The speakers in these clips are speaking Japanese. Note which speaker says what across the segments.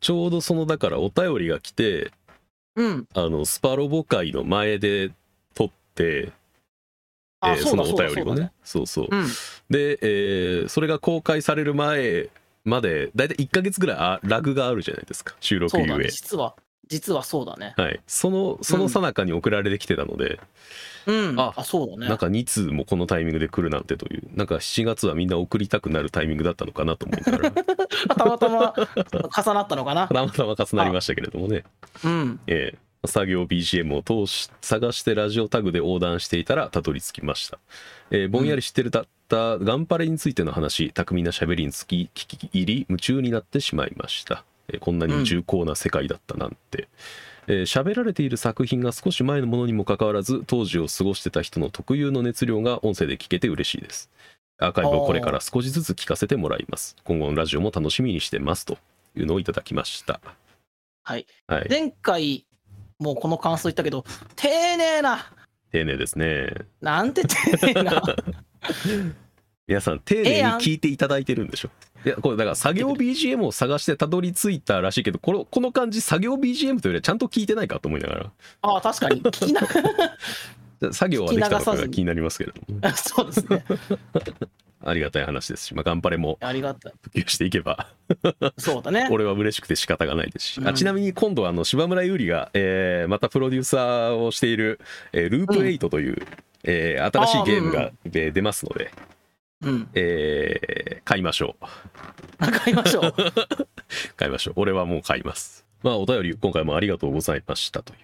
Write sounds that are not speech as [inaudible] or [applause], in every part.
Speaker 1: ちょうどそのだからお便りが来て
Speaker 2: うん。
Speaker 1: あのスパロボ会の前で撮って、え
Speaker 2: あ、
Speaker 1: ー
Speaker 2: そ
Speaker 1: そう
Speaker 2: だ
Speaker 1: の
Speaker 2: そ
Speaker 1: お
Speaker 2: うだ
Speaker 1: 便り
Speaker 2: そ
Speaker 1: を
Speaker 2: うだ
Speaker 1: ね。そうそう
Speaker 2: うん。
Speaker 1: で、えーそれが公開される前までだいたい1ヶ月ぐらいあラグがあるじゃないですか収録
Speaker 2: そう
Speaker 1: ゆ
Speaker 2: だね。
Speaker 1: え
Speaker 2: 実は、実はそうだね。
Speaker 1: はい、そのその最中に送られてきてたので、
Speaker 2: うん。
Speaker 1: あ
Speaker 2: あ、そうだ
Speaker 1: なん
Speaker 2: ね。
Speaker 1: か2通もこのタイミングで来るなんてというなんか7月はみんな送りたくなるタイミングだったのかなと思った
Speaker 2: [laughs]
Speaker 1: ら
Speaker 2: たまたま [laughs] 重なったのか
Speaker 1: [laughs]
Speaker 2: な
Speaker 1: た。またま重なりましたけれどもね、
Speaker 2: うん。
Speaker 1: ええ作業 BGM を通し探してラジオタグで横断していたらたどり着きました、えーぼんやり知ってるだったガンパレについての話巧みな喋りにつき聞き入り夢中になってしまいました、えーこんなに重厚な世界だったなんて、えー喋られている作品が少し前のものにもかかわらず当時を過ごしてた人の特有の熱量が音声で聞けて嬉しいですアーカイブをこれから少しずつ聞かせてもらいます今後のラジオも楽しみにしてますというのをいただきました
Speaker 2: はい。
Speaker 1: はい
Speaker 2: 前回、もうこの感想言ったけど、丁寧な。
Speaker 1: 丁寧ですね
Speaker 2: なんて丁寧
Speaker 1: [laughs]
Speaker 2: な。
Speaker 1: 皆さん丁寧に聞いていただいてるんでしょいやこれだから作業 BGM を探してたどり着いたらしいけどこのこの感じ作業 BGM というよりはちゃんと聞いてないかと思いなが
Speaker 2: ああ、確かに。聞きな
Speaker 1: ら作業はできたのか
Speaker 2: 聞き流さず
Speaker 1: が
Speaker 2: に
Speaker 1: 気になりますけれども
Speaker 2: [laughs] そうですね。
Speaker 1: ありがたい話ですし、まあ、頑張れも
Speaker 2: ありがたい。
Speaker 1: 普及していけば
Speaker 2: そうだね。
Speaker 1: 俺は嬉しくて仕方がないですし、
Speaker 2: う
Speaker 1: あ
Speaker 2: ん
Speaker 1: ちなみに今度はあの柴村優里が、えーまたプロデューサーをしている、えーループ8という、えー新しいゲーム
Speaker 2: あー
Speaker 1: が、えー出ますので、
Speaker 2: うん。
Speaker 1: えー買いましょう。
Speaker 2: 買いましょう。
Speaker 1: 買いましょう。俺はもう買います。まあ、お便り、今回もありがとうございましたという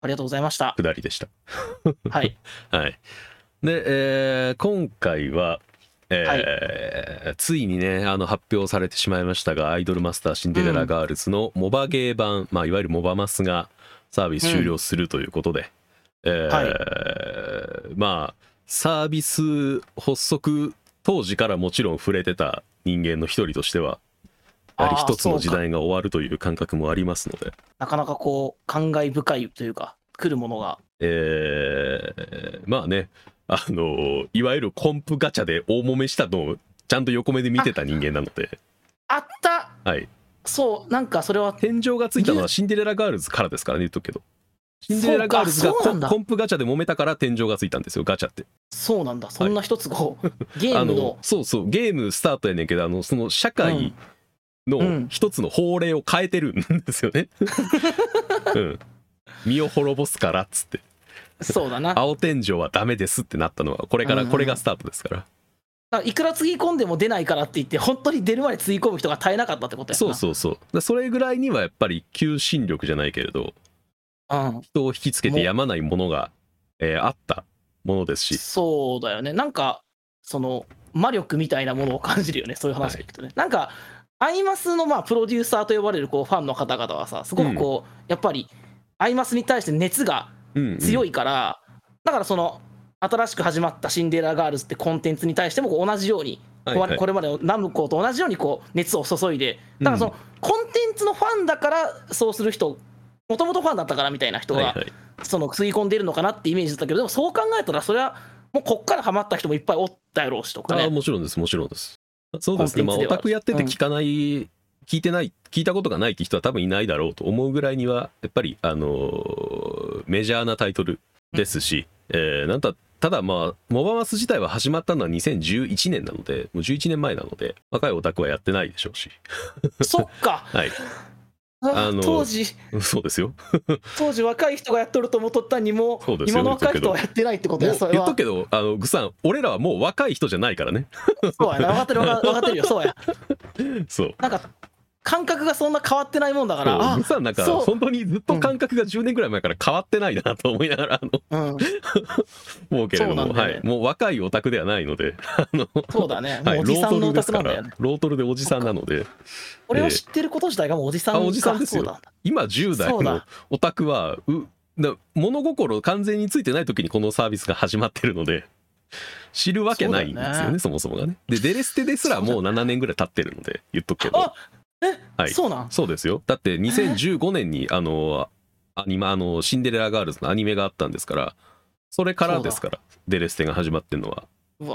Speaker 2: ありがとうございました
Speaker 1: く。だりでした。
Speaker 2: はい。
Speaker 1: はい。で、えー今回は、えーついにね、あの発表されてしまいましたが、アイドルマスターシンデレラガールズのモバゲー版、まあ、いわゆるモバマスがサービス終了するということで、えーまあ、サービス発足当時からもちろん触れてた人間の一人としては、やはり
Speaker 2: あー
Speaker 1: 一つの時
Speaker 2: そうか
Speaker 1: 代が終わるという感覚もありますので、
Speaker 2: なかなかこう、感慨深いというか、来るものが。
Speaker 1: えーまあねあのいわゆるコンプガチャで大揉めしたのをちゃんと横目で見てた人間なので、
Speaker 2: あった
Speaker 1: はい、
Speaker 2: そう、なんかそれは、
Speaker 1: 天井がついたのはシンデレラガールズからですからね言っとくけどシンデレラガールズが
Speaker 2: そうか
Speaker 1: コ
Speaker 2: そう
Speaker 1: ン
Speaker 2: なんだ
Speaker 1: コンプガチャで揉めたから天井がついたんですよガチャって
Speaker 2: そうなんだ。そんな一つこう、ゲ
Speaker 1: [laughs]
Speaker 2: ー
Speaker 1: あ
Speaker 2: ム
Speaker 1: の
Speaker 2: の、
Speaker 1: そうそうゲームスタートやねんけどあのその社会
Speaker 2: う
Speaker 1: の
Speaker 2: ん
Speaker 1: 一つの法令を変えてるんですよ
Speaker 2: [laughs]
Speaker 1: ね、うん、身を滅ぼすからっつって
Speaker 2: そうだな。だか
Speaker 1: 青天井はダメですってなったのはこれか
Speaker 2: う
Speaker 1: ら
Speaker 2: んうん
Speaker 1: これがスタートですから、
Speaker 2: らいくらつぎ込んでも出ないからって言って、本当に出るまでつぎ込む人が絶えなかったってことやな。
Speaker 1: そうそうそうだそれぐらいにはやっぱり求心力じゃないけれど
Speaker 2: う。うん。
Speaker 1: 人を引きつけてやまないものが、えーあったものですし
Speaker 2: そうだよね。なんか、その、魔力みたいなものを感じるよね、そういう話を聞くとね。なんか、アイマスのまあプロデューサーと呼ばれるこうファンの方々はさ、すごくこう、やっぱり、アイマスに対して熱が強
Speaker 1: い、
Speaker 2: いから、だからその、新しく始まったシンデレラガールズってコンテンツに対してもこう同じように、
Speaker 1: うん
Speaker 2: こ
Speaker 1: は
Speaker 2: れ
Speaker 1: いはい
Speaker 2: これまでのナムコと同じようにこう熱を注いで、だからその、
Speaker 1: う
Speaker 2: コンテンツのファンだからそうする人、もともとファンだったからみたいな人が、
Speaker 1: はいはい
Speaker 2: その吸い込んでいるのかなってイメージだったけどでもそう考えたらそれはもうこっからハマった人もいっぱいおったやろうしとか
Speaker 1: あー
Speaker 2: ね
Speaker 1: もちろんですもちろんですそうですねまあ
Speaker 2: コ
Speaker 1: オ
Speaker 2: ンテンツでは
Speaker 1: タクやってて聞かない、聞いてない聞いたことがないって人は多分いないだろうと思うぐらいにはやっぱりあのーメジャーなタイトルですし、えーなんたただまあモバマス自体は始まったのは2011年なのでもう11年前なので若いオタクはやってないでしょうし
Speaker 2: そっか
Speaker 1: はい [laughs] あの
Speaker 2: 当時
Speaker 1: そうですよ。
Speaker 2: 当時若い人がやっとると思っとったにも
Speaker 1: そうですよ
Speaker 2: 今の若い人はやってないってこと
Speaker 1: も
Speaker 2: や
Speaker 1: う
Speaker 2: それ
Speaker 1: 言っ
Speaker 2: は
Speaker 1: とくけど、あの、グさん、俺らはもう若い人じゃないから
Speaker 2: [laughs]
Speaker 1: ね。
Speaker 2: そうやな分かってる分か分かって
Speaker 1: [laughs]
Speaker 2: るよそうや
Speaker 1: そう。
Speaker 2: なんか感覚がそんな変わってないもんだから
Speaker 1: そう
Speaker 2: あ
Speaker 1: グさんなんか、
Speaker 2: そう
Speaker 1: 本当にずっと感覚が10年ぐらい前から変わってないなと思いながら、あの、
Speaker 2: うん
Speaker 1: 思うけれど
Speaker 2: そうな
Speaker 1: も、
Speaker 2: んだ
Speaker 1: は
Speaker 2: よね
Speaker 1: い。もう若いオタクではないので、あの、
Speaker 2: そうだね
Speaker 1: [laughs]
Speaker 2: も
Speaker 1: は
Speaker 2: う
Speaker 1: い、
Speaker 2: お
Speaker 1: ロ
Speaker 2: じさ
Speaker 1: ート
Speaker 2: んの
Speaker 1: ル
Speaker 2: オタ
Speaker 1: で
Speaker 2: ク
Speaker 1: す
Speaker 2: な
Speaker 1: か
Speaker 2: んだよ
Speaker 1: ら
Speaker 2: ね、
Speaker 1: ロートルでおじさんなので、
Speaker 2: 俺を知ってること自体がもうおじさん
Speaker 1: あおじさんですよ
Speaker 2: そうだ
Speaker 1: 今10代
Speaker 2: そう
Speaker 1: の
Speaker 2: だ
Speaker 1: オタクは、う、な物心完全についてない時にこのサービスが始まってるので、知るわけないんですよね、
Speaker 2: そう
Speaker 1: そもそも
Speaker 2: だね
Speaker 1: がね。で、デレステですらもう7年ぐらい経ってるので、言っとくけど。
Speaker 2: あえ、
Speaker 1: はい
Speaker 2: そうなん
Speaker 1: そうですよだって2015年にあのアニメあのシンデレラガールズのアニメがあったんですからそれからですからデレステが始まってるのは
Speaker 2: うわ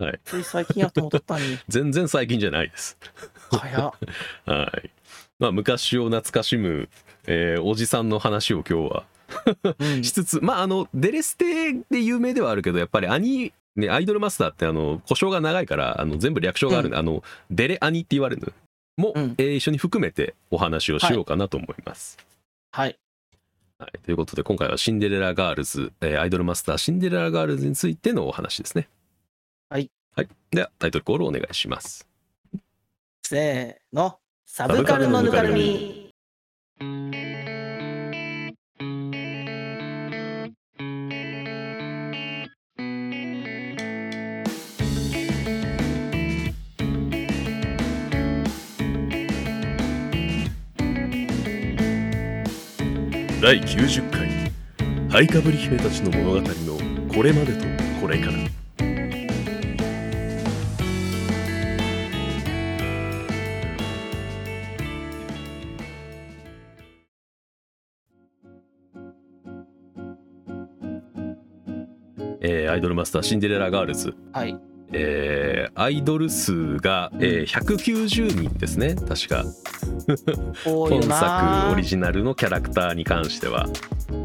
Speaker 2: ー、
Speaker 1: はい [laughs]
Speaker 2: つい最近やと思っとったのに
Speaker 1: 全然最近じゃないです
Speaker 2: 早っ
Speaker 1: はいまあ、昔を懐かしむ、えーおじさんの話を今日は
Speaker 2: うん
Speaker 1: しつつ、まああのデレステで有名ではあるけどやっぱりアニね、アイドルマスターってあの故障が長いからあの全部略称があるんで、あのデレアニって言われるのも、
Speaker 2: うん
Speaker 1: えー一緒に含めてお話をしようかなと思います。
Speaker 2: はい。
Speaker 1: はい、ということで今回はシンデレラガールズ、えーアイドルマスターシンデレラガールズについてのお話ですね。
Speaker 2: はい、
Speaker 1: はい、ではタイトルコールをお願いします。
Speaker 2: せーの。サブカルのぬかるみ。
Speaker 1: 第90回「ハイカブリ姫たちの物語」のこれまでとこれからえーアイドルマスターシンデレラガールズ、
Speaker 2: はい。
Speaker 1: えーアイドル数が、えー190人ですね確か
Speaker 2: 多い
Speaker 1: 本
Speaker 2: よ
Speaker 1: 作
Speaker 2: な
Speaker 1: オリジナルのキャラクターに関しては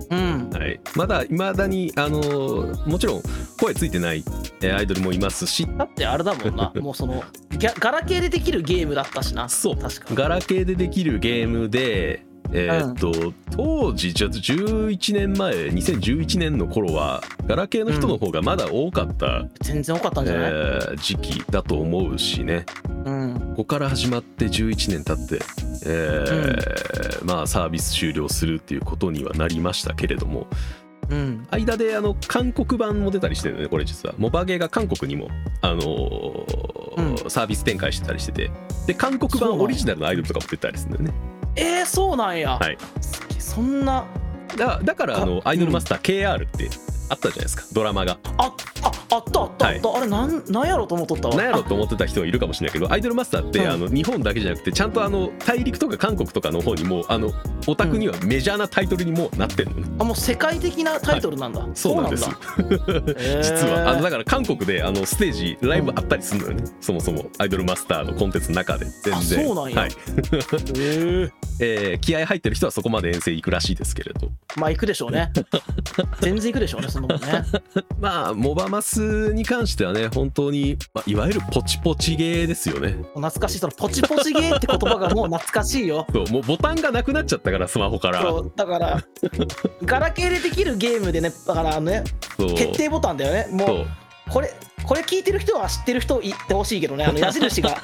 Speaker 2: うん。
Speaker 1: はい、まだいまだに、あのーもちろん声ついてない、えーアイドルもいますし
Speaker 2: だってあれだ
Speaker 1: [laughs]
Speaker 2: もんな。もうその、ギャガラケーでできるゲームだったしな。
Speaker 1: そう
Speaker 2: 確か
Speaker 1: ガラケーでできるゲームで、えーっと当時ちょっと11年前2011年の頃はガラケーの人の方がまだ多かった、
Speaker 2: 全然多かったん
Speaker 1: え
Speaker 2: じゃない、
Speaker 1: ー時期だと思うしね
Speaker 2: うん。
Speaker 1: ここから始まって11年経って、えーまあ、サービス終了するっていうことにはなりましたけれども
Speaker 2: うん。
Speaker 1: 間であの韓国版も出たりしてるのねこれ実はモバゲーが韓国にも、あのーサービス展開してたりしててで韓国
Speaker 2: そうな
Speaker 1: 版
Speaker 2: の
Speaker 1: オリジナルのアイドルとかも出たりするんだよね
Speaker 2: えー、そうなんや。
Speaker 1: はい
Speaker 2: すげえそんな、
Speaker 1: だだからあの
Speaker 2: あ
Speaker 1: アイドルマスター KR ってあったじゃないですかドラマが
Speaker 2: あああったあったあった、あれなんなんやろと思っとったわ。
Speaker 1: 何やろと思ってた人がいるかもしれないけどアイドルマスターって
Speaker 2: うん
Speaker 1: あの日本だけじゃなくてちゃんとあの大陸とか韓国とかの方にもあのオタクにはメジャーなタイトルにもうなってるのね
Speaker 2: あもう世界的なタイトルなんだ。
Speaker 1: そうなんです
Speaker 2: そうなんだ。へ
Speaker 1: [laughs]
Speaker 2: ー
Speaker 1: 実はあのだから韓国であのステージライブあったりするのよね、そもそもアイドルマスターのコンテンツの中で全然
Speaker 2: あそうなんや
Speaker 1: はい
Speaker 2: へー
Speaker 1: えー気合入ってる人はそこまで遠征行くらしいですけれど
Speaker 2: まあ行くでしょうね。全然行くでしょうね、そのもんね。
Speaker 1: まあモバマスに関してはね本当に、まあ、いわゆるポチポチゲーですよね
Speaker 2: 懐かしい、そのポチポチゲーって言葉がもう懐かしいよ。
Speaker 1: そうもうボタンがなくなっちゃったからスマホから
Speaker 2: そうだから、ガラケーでできるゲームでね、だからあのね、
Speaker 1: そう
Speaker 2: 決定ボタンだよね。も
Speaker 1: そう
Speaker 2: うこれこれ聞いてる人は知ってる人いってほしいけどねあ
Speaker 1: [laughs]
Speaker 2: の矢印が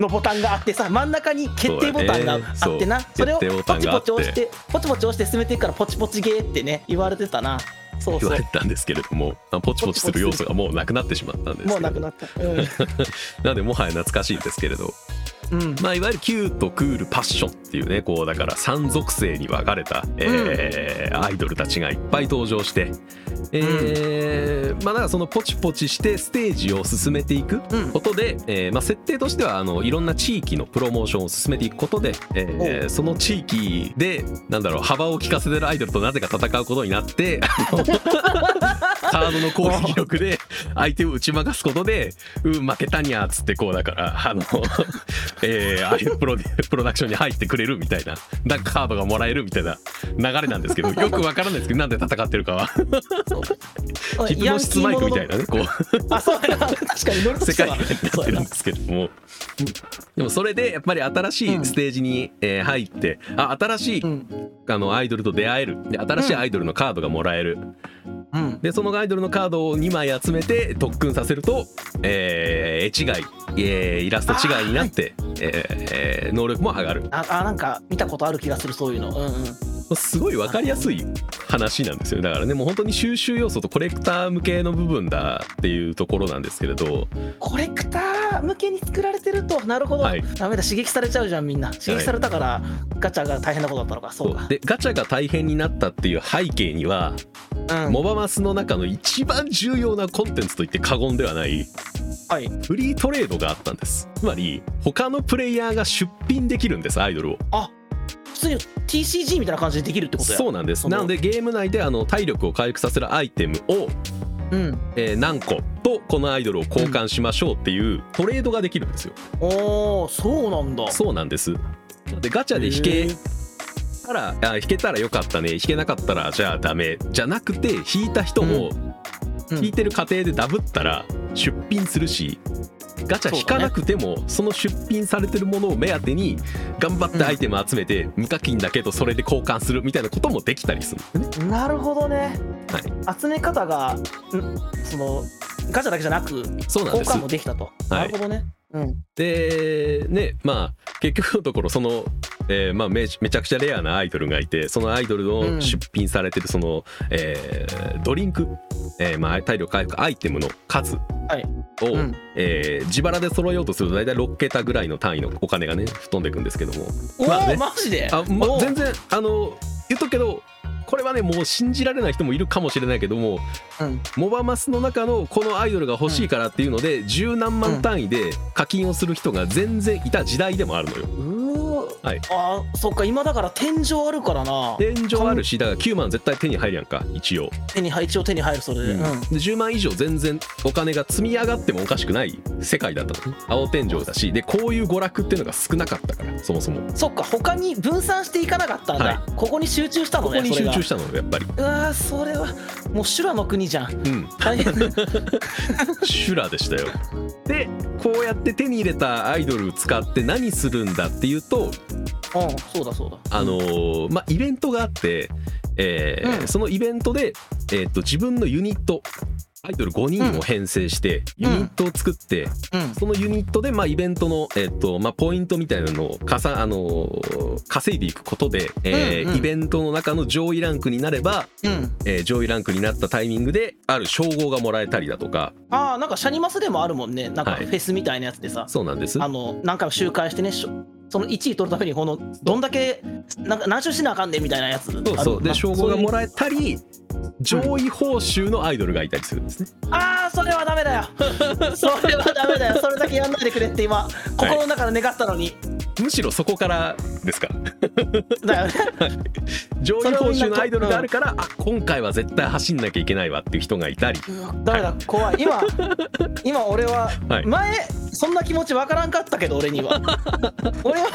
Speaker 2: のボタンがあってさ真ん中に決定ボタンがあってな
Speaker 1: そ
Speaker 2: そう
Speaker 1: だ
Speaker 2: れ
Speaker 1: ねそ
Speaker 2: を
Speaker 1: う決
Speaker 2: ポ
Speaker 1: 定ボタ
Speaker 2: チ
Speaker 1: ンがあ
Speaker 2: ポ
Speaker 1: って
Speaker 2: チ押してポチポチ押して進めていくからポチポチゲーってね言われてたなそう
Speaker 1: 言
Speaker 2: そ
Speaker 1: わ
Speaker 2: う
Speaker 1: れたんですけれどもまあポチポチする要素がもうなくなってしまったんですけど
Speaker 2: もうなくなったう
Speaker 1: なのでもはや懐かしいですけれど
Speaker 2: ん、うん、
Speaker 1: まあ、いわゆるキュートクールパッションっていうねこうだから3属性に分かれた、えーアイドルたちがいっぱい登場して、えーまあだからそのポチポチしてステージを進めていく [laughs]
Speaker 2: うん
Speaker 1: ことで、えーまあ、設定としてはあのいろんな地域のプロモーションを進めていくことで、えー
Speaker 2: お
Speaker 1: その地域でなんだろう幅を利かせてるアイドルとなぜか戦うことになってサードの攻撃力で相手を打ち負かすことで「うん負けたにゃ」っつってこうだからあのえーああいうプロデュプロダクションに入ってくれるみたいななんかカードがもらえるみたいな流れなんですけどよくわからないですけどなんで戦ってるかはヒプノシスマイクみたいなねこう
Speaker 2: あそうやな確かに乗ると
Speaker 1: [laughs] 世
Speaker 2: して
Speaker 1: 界
Speaker 2: は
Speaker 1: 観になっ
Speaker 2: そ
Speaker 1: て
Speaker 2: うや
Speaker 1: るん
Speaker 2: な
Speaker 1: ですけどもでもそれでやっぱり新しいステージに、えー入ってあ新しい、
Speaker 2: うん
Speaker 1: あのアイドルと出会えるで新しいアイドルのカードがもらえる、
Speaker 2: うん
Speaker 1: でそのアイドルのカードを2枚集めて特訓させると、えー絵違い、えーイラスト違いになって、えーえー能力も上がる
Speaker 2: ああなんか見たことある気がするそういうのうんうん
Speaker 1: すごい分かりやすい話なんですよねだからねもう本当に収集要素とコレクター向けの部分だっていうところなんですけれど
Speaker 2: コレクター向けに作られてるとなるほど、
Speaker 1: はい
Speaker 2: ダメだ刺激されちゃうじゃんみんな刺激されたからガチャが大変なことだったのかそうか
Speaker 1: でガチャが大変になったっていう背景には、
Speaker 2: うん
Speaker 1: モバマスの中の一番重要なコンテンツといって過言ではない
Speaker 2: はい
Speaker 1: フリートレードがあったんですつまり他のプレイヤーが出品できるんですアイドルを。
Speaker 2: 普通に TCG みたいな感じでできるってことや
Speaker 1: そうなんです
Speaker 2: その
Speaker 1: なのでゲーム内であの体力を回復させるアイテムを、
Speaker 2: うん
Speaker 1: えー何個とこのアイドルを交換しましょうっていうトレードができるんですよ、
Speaker 2: おーそうなんだ
Speaker 1: そうなんですでガチャで引
Speaker 2: へ
Speaker 1: け
Speaker 2: ー
Speaker 1: たらあ引けたらよかったね引けなかったらじゃあダメじゃなくて引いた人も
Speaker 2: うんうん
Speaker 1: 引いてる過程でダブったら出品するしガチャ引かなくてもその出品されてるものを目当てに頑張ってアイテム集めて無課金だけどそれで交換するみたいなこともできたりするんですね
Speaker 2: なるほどね、
Speaker 1: は
Speaker 2: 集め方がんそのガチャだけじゃなく
Speaker 1: そうなんで
Speaker 2: 交
Speaker 1: す
Speaker 2: 換もできたと、なるほどね、うん
Speaker 1: でねまあ結局のところその、えーまあ、めめちゃくちゃレアなアイドルがいてそのアイドル
Speaker 2: う
Speaker 1: の
Speaker 2: ん
Speaker 1: 出品されてるその、えードリンク、えーまあ、体力回復アイテムの数を、
Speaker 2: はいうん
Speaker 1: えー自腹で揃えようとすると大体6桁ぐらいの単位のお金がね吹っ飛んでいくんですけども
Speaker 2: おお、
Speaker 1: まあね
Speaker 2: マジで
Speaker 1: あ、ま
Speaker 2: おー
Speaker 1: 全然あの言っとくけどこれはねもう信じられない人もいるかもしれないけども
Speaker 2: うん
Speaker 1: モバマスの中のこのアイドルが欲しいからっていうので十何万単位で課金をする人が全然いた時代でもあるのよ。
Speaker 2: うー
Speaker 1: はい
Speaker 2: あーそっか今だから天井あるからな
Speaker 1: 天井あるしだから9万絶対手に入るやんか一応、
Speaker 2: 手に一応手に入るそれで、
Speaker 1: で
Speaker 2: うん
Speaker 1: 10万以上全然お金が積み上がってもおかしくない世界だったのね青天井だしでこういう娯楽っていうのが少なかったからそもそも
Speaker 2: そっか他に分散していかなかったんだ、
Speaker 1: はい
Speaker 2: ここに集中したの
Speaker 1: ここ
Speaker 2: ね
Speaker 1: に集中
Speaker 2: そ
Speaker 1: したのよやっぱり
Speaker 2: れがうわーそれはもう修羅の国じゃん
Speaker 1: うん
Speaker 2: 大 [laughs] 変
Speaker 1: シュラでしたよでこうやって手に入れたアイドル使って何するんだっていうと
Speaker 2: うんそうだそうだ
Speaker 1: あのーまあ、イベントがあって、えー
Speaker 2: うん
Speaker 1: そのイベントで、えー、と自分のユニットアイドル5人を編成して、
Speaker 2: う
Speaker 1: ユ
Speaker 2: ん
Speaker 1: ニットを作って、
Speaker 2: うん
Speaker 1: そのユニットで、まあ、イベントの、えーとまあ、ポイントみたいなのをかさ、あのー稼いでいくことで、えー
Speaker 2: うんうん
Speaker 1: イベントの中の上位ランクになれば、
Speaker 2: うん
Speaker 1: えー上位ランクになったタイミングである称号がもらえたりだとか
Speaker 2: ああなんかシャニマスでもあるもんねなんか
Speaker 1: は
Speaker 2: フ
Speaker 1: い
Speaker 2: ェスみたいなやつでさ、
Speaker 1: そうなんです
Speaker 2: あの何回も周回してねしょその1位取るためにこのどんだけなんか何周しなあかんねんみたいなやつ
Speaker 1: そうそうで称号がも
Speaker 2: ら
Speaker 1: らえたり上位報酬のアイドルがいたりするんですね。
Speaker 2: ああそれはダメだ
Speaker 1: [laughs]
Speaker 2: よそれはダメだよそれだけやんないでくれって今心の中で願ったのに、
Speaker 1: むしろそこからですか
Speaker 2: だよね
Speaker 1: 上位報酬のアイドルがあるから、あ今回は絶対走んなきゃいけないわっていう人がいたり、
Speaker 2: うわダメだ怖い
Speaker 1: [laughs]
Speaker 2: 今今俺は
Speaker 1: はい
Speaker 2: 前そんな気持ちわからんかったけど俺に
Speaker 1: [laughs]
Speaker 2: は俺は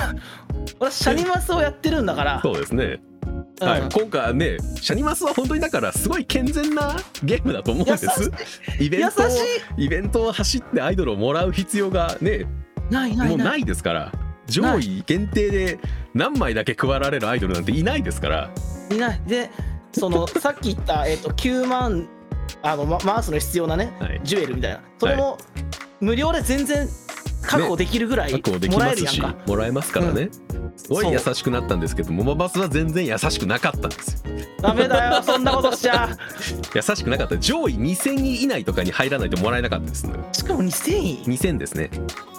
Speaker 2: 俺はシャニマスをやってるんだから
Speaker 1: そうですね、
Speaker 2: うん
Speaker 1: はい、今回ねシャニマスは本当にだからすごい健全なゲームだと思うんで
Speaker 2: 優し
Speaker 1: すイベントを
Speaker 2: 優し
Speaker 1: イベントを走ってアイドルをもらう必要がね
Speaker 2: いないな
Speaker 1: も
Speaker 2: いうない
Speaker 1: ないですから上位限定で何枚だけ配られるアイドルなんていないですから
Speaker 2: いないで
Speaker 1: [laughs]
Speaker 2: そのさっき言った、えっと9万あのママウスの必要なね、
Speaker 1: はい
Speaker 2: ジュエルみたいなそれも無料で全然確保できるぐらい
Speaker 1: 確保でき
Speaker 2: もら
Speaker 1: ま
Speaker 2: える
Speaker 1: す
Speaker 2: やん
Speaker 1: し
Speaker 2: か、
Speaker 1: もらえますからね、すごい優しくなったんですけどモババスは全然優しくなかったんですよ
Speaker 2: ダメ
Speaker 1: [laughs]
Speaker 2: だよそんなことしちゃ
Speaker 1: 優しくなかった上位2000位以内とかに入らないともらえなかったですね
Speaker 2: しかも2000位
Speaker 1: [laughs] 2000ですね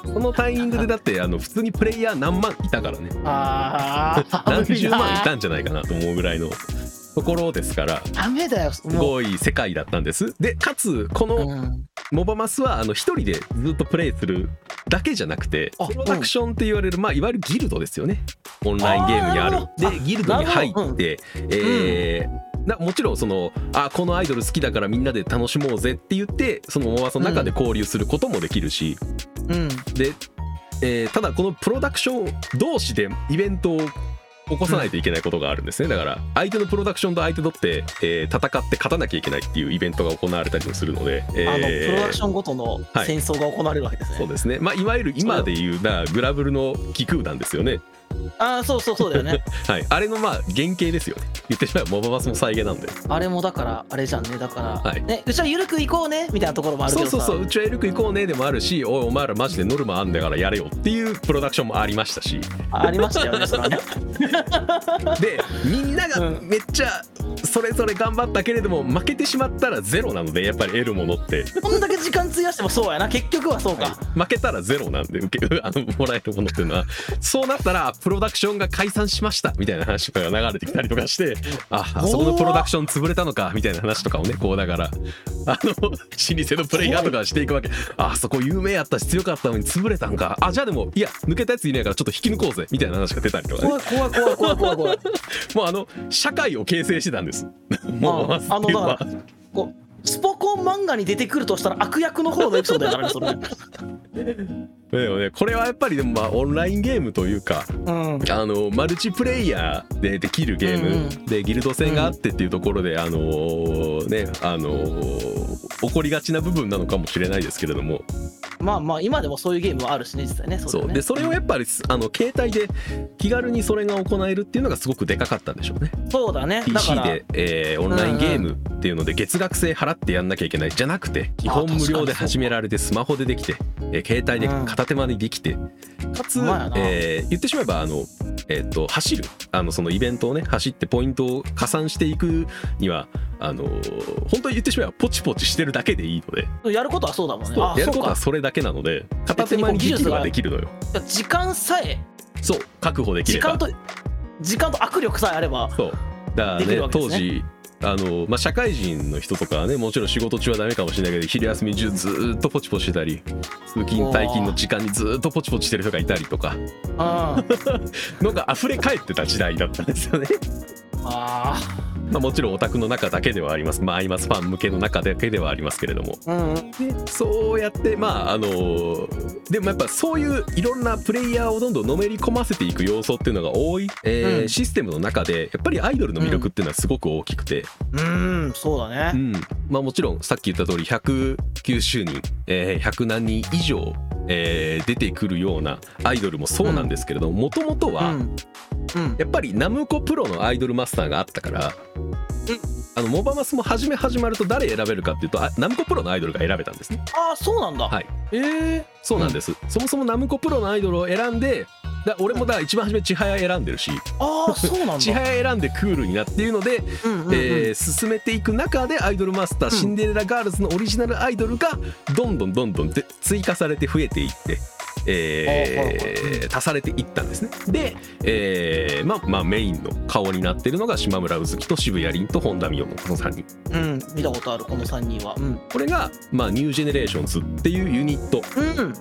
Speaker 1: このタイミングでだってあの普通にプレイヤー何万いたからね
Speaker 2: ああ
Speaker 1: 何十万いたんじゃないかなと思うぐらいのところですから
Speaker 2: ダメだよ
Speaker 1: す
Speaker 2: もう
Speaker 1: ごい世界だったんですでかつこの
Speaker 2: うん
Speaker 1: モバマスはあの一人でずっとプレイするだけじゃなくて
Speaker 2: あ
Speaker 1: プロダクションって言われる、まあ、いわゆるギルドですよねオンラインゲームにあ
Speaker 2: あーなる
Speaker 1: る
Speaker 2: ほど
Speaker 1: でギルドに入
Speaker 2: なるほ
Speaker 1: っ
Speaker 2: ど
Speaker 1: て、えーなもちろんそのあこのアイドル好きだからみんなで楽しもうぜって言ってそのモバマスの中で交流することもできるし、
Speaker 2: うん
Speaker 1: で、えーただこのプロダクション同士でイベントを起こさないといけないことがあるんですね、だから相手のプロダクションと相手とって、えー戦って勝たなきゃいけないっていうイベントが行われたりもするので、えー
Speaker 2: あのプロダクションごとの戦争が行われるわけですね、
Speaker 1: そうですね、まあ、いわゆる今でいうなグラブルの気空弾ですよね、
Speaker 2: ああそうそうそうだよね
Speaker 1: [laughs] はい、あれのまあ原型ですよね言ってしまえばモババスも再現なんで
Speaker 2: あれもだからあれじゃんねだから、
Speaker 1: はい
Speaker 2: ねうちはゆるく行こうねみたいなところもあるけ
Speaker 1: そ
Speaker 2: ど
Speaker 1: う
Speaker 2: さ
Speaker 1: そうそううちはエルク行こうねでもあるしおいお前らマジでノルマあんだからやれよっていうプロダクションもありましたし
Speaker 2: ありましたよねそれ
Speaker 1: [laughs]
Speaker 2: はね
Speaker 1: でみんながめっちゃそれぞれ頑張ったけれども負けてしまったらゼロなのでやっぱり得るものって
Speaker 2: こんだけ時間費やしてもそうやな結局はそうか、
Speaker 1: 負けたらゼロなんで受け [laughs] あのもらえるものっていうのはそうなったらプロダクションが解散しましたみたいな話とかが流れてきたりとかしてああそこのプロダクション潰れたのかみたいな話とかをねこうだからあの老舗のプレイヤーとかはしていくわけあそこ有名やったし強かったのに潰れたんかあじゃあでもいや抜けたやついないからちょっと引き抜こうぜみたいな話が出たりとかね
Speaker 2: 怖い怖い怖い怖い怖い怖い
Speaker 1: [laughs] もうあの社会を形成してたんです。もう
Speaker 2: ああのだからこうスポコン漫画に出てくるとしたら悪役の方のエピソードやからねそれ、
Speaker 1: でもねこれはやっぱりでもまあオンラインゲームというか
Speaker 2: うん、
Speaker 1: あのマルチプレイヤーでできるゲーム、
Speaker 2: うんうん
Speaker 1: でギルド戦があってっていうところで、あのーねあのー起こりがちな部分なのかもしれないですけれども
Speaker 2: まあまあ今でもそういうゲームはあるしね実際ね
Speaker 1: そう
Speaker 2: だね
Speaker 1: でそれをやっぱりあの携帯で気軽にそれが行えるっていうのがすごくでかかったんでしょうね
Speaker 2: そうだねだか
Speaker 1: PC
Speaker 2: ら
Speaker 1: で、えーオンラインゲームっていうので月額制払ってやんなきゃいけないじゃなくて基本
Speaker 2: あ確かに
Speaker 1: 無
Speaker 2: そうか
Speaker 1: 料で始められてスマホでできて、えー携帯で
Speaker 2: うん
Speaker 1: 片手間にできてかつ
Speaker 2: ほんまやな、
Speaker 1: えー言ってしまえばあの、えー、と走るあのそのイベントをね走ってポイントを加算していくにはあのー本当に言ってしまえばポチポチしてるだけでいいので
Speaker 2: やることはそうだもんね
Speaker 1: そう
Speaker 2: あ
Speaker 1: やる
Speaker 2: そ
Speaker 1: こと
Speaker 2: う
Speaker 1: は
Speaker 2: か
Speaker 1: それだけなので片手間にできるはできるのよ
Speaker 2: 時間さえ
Speaker 1: そう確保でき
Speaker 2: 時
Speaker 1: れば
Speaker 2: 間と時間と握力さえあれば
Speaker 1: そうだから
Speaker 2: でき
Speaker 1: ね
Speaker 2: るわけで
Speaker 1: 当
Speaker 2: すね
Speaker 1: 時あの、まあ、社会人の人とかはねもちろん仕事中はダメかもしれないけど昼休み中ずーっとポチポチしてたり通勤退勤の時間にずーっとポチポチしてる人がいたりとか
Speaker 2: うんあ
Speaker 1: のが溢れ返ってた時代だったんですよね。 [laughs]
Speaker 2: あ
Speaker 1: まあ、もちろんオタクの中だけではあります、まあ、アイマスファン向けの中だけではありますけれども
Speaker 2: うんうん
Speaker 1: でそうやってまああのでもやっぱそういういろんなプレイヤーをどんどんのめり込ませていく要素っていうのが多い、えー
Speaker 2: うん
Speaker 1: システムの中でやっぱりアイドルの魅力っていうのはすごく大きくて、
Speaker 2: うんそうだ
Speaker 1: う
Speaker 2: ね
Speaker 1: んまあ、もちろんさっき言った通り190人、えー100何人以上、えー出てくるようなアイドルもそうなんですけれどもともと
Speaker 2: う
Speaker 1: は、
Speaker 2: んうん
Speaker 1: やっぱりナムコプロのアイドルマスターがあったから、あのモバマスも初め始まると誰選べるかっていうとあナムコプロのアイドルが選べたんですね
Speaker 2: ああそうなんだ、
Speaker 1: はい
Speaker 2: ええ
Speaker 1: そうなんです、そもそもナムコプロのアイドルを選んでだ俺もだから一番初めちはや選んでるし
Speaker 2: ああそ
Speaker 1: [laughs]
Speaker 2: うなん
Speaker 1: ちは
Speaker 2: だ、
Speaker 1: や選んでクールになっていうので、
Speaker 2: うんうんうん
Speaker 1: えー進めていく中でアイドルマスター、
Speaker 2: うん
Speaker 1: シンデレラガールズのオリジナルアイドルがどんどんどんどんで追加されて増えていって。
Speaker 2: ほうほう
Speaker 1: えー足されていったんですねで、えーまあまあ、メインの顔になってるのが島村うずきと渋谷凛と本田美桜のこの3人
Speaker 2: うん、見たことあるこの3人はうん、
Speaker 1: これが、まあ、ニュージェネレーションズっていうユニット
Speaker 2: うん、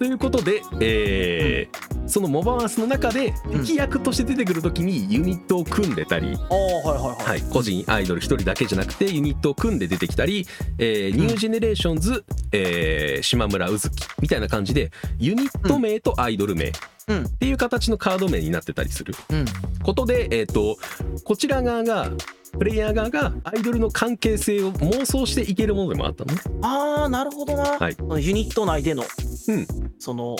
Speaker 1: ということで、えーそのモバマスの中で
Speaker 2: うん
Speaker 1: 敵役として出てくる時にユニットを組んでたり、
Speaker 2: ああはいはいは、
Speaker 1: はいい、個人アイドル1人だけじゃなくてユニットを組んで出てきたり、えーニュージェネレーションズ、えー島村うずきみたいな感じでユニット名とアイドル名っ
Speaker 2: うん
Speaker 1: ていう形のカード名になってたりする
Speaker 2: うん
Speaker 1: ことで、えー、とこちら側がプレイヤー側がアイドルの関係性を妄想していけるものでもあったのね。
Speaker 2: ああなるほどな、
Speaker 1: はい
Speaker 2: そのユニット内での、
Speaker 1: うん
Speaker 2: その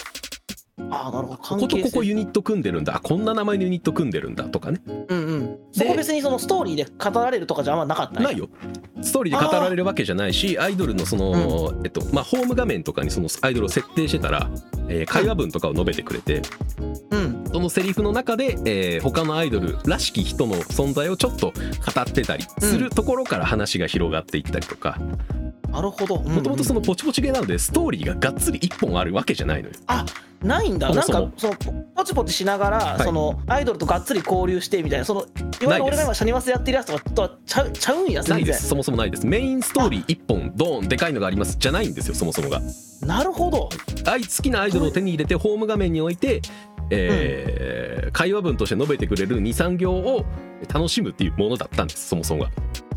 Speaker 2: ああなるほど
Speaker 1: こ
Speaker 2: 関
Speaker 1: こと
Speaker 2: 係性
Speaker 1: ここユニット組んでるんだあこんな名前のユニット組んでるんだとかね
Speaker 2: うんうん、そこ別にそのストーリーで語られるとかじゃあんまなかったんや
Speaker 1: ないよストーリーで語られるわけじゃないしアイドルのその、えっとまあ、ホーム画面とかにそのアイドルを設定してたら、えー会話文とかを述べてくれて
Speaker 2: うん
Speaker 1: そのセリフの中で、えー他のアイドルらしき人の存在をちょっと語ってたりするところから話が広がっていったりとか
Speaker 2: なるほども
Speaker 1: もともとそのポチポチ系なのでストーリーががっつり一本あるわけじゃないのよ。
Speaker 2: ないんだ
Speaker 1: そ
Speaker 2: な
Speaker 1: も
Speaker 2: ん
Speaker 1: そも
Speaker 2: かそのポチポチしながら、
Speaker 1: い
Speaker 2: そのアイドルとがっつり交流してみたいなそのいわゆる
Speaker 1: ない
Speaker 2: 俺
Speaker 1: です
Speaker 2: らがシャニマスやってるやつとかとはちゃうちゃうんや全然
Speaker 1: ないですそもそもないですメインストーリー一本ドーンでかいのがありますじゃないんですよそもそもが。
Speaker 2: なるほど
Speaker 1: あい好きなアイドルを手に入れてホーム画面に置いて、えー会話文として述べてくれる23行を楽しむっていうものだったんですそもそもが。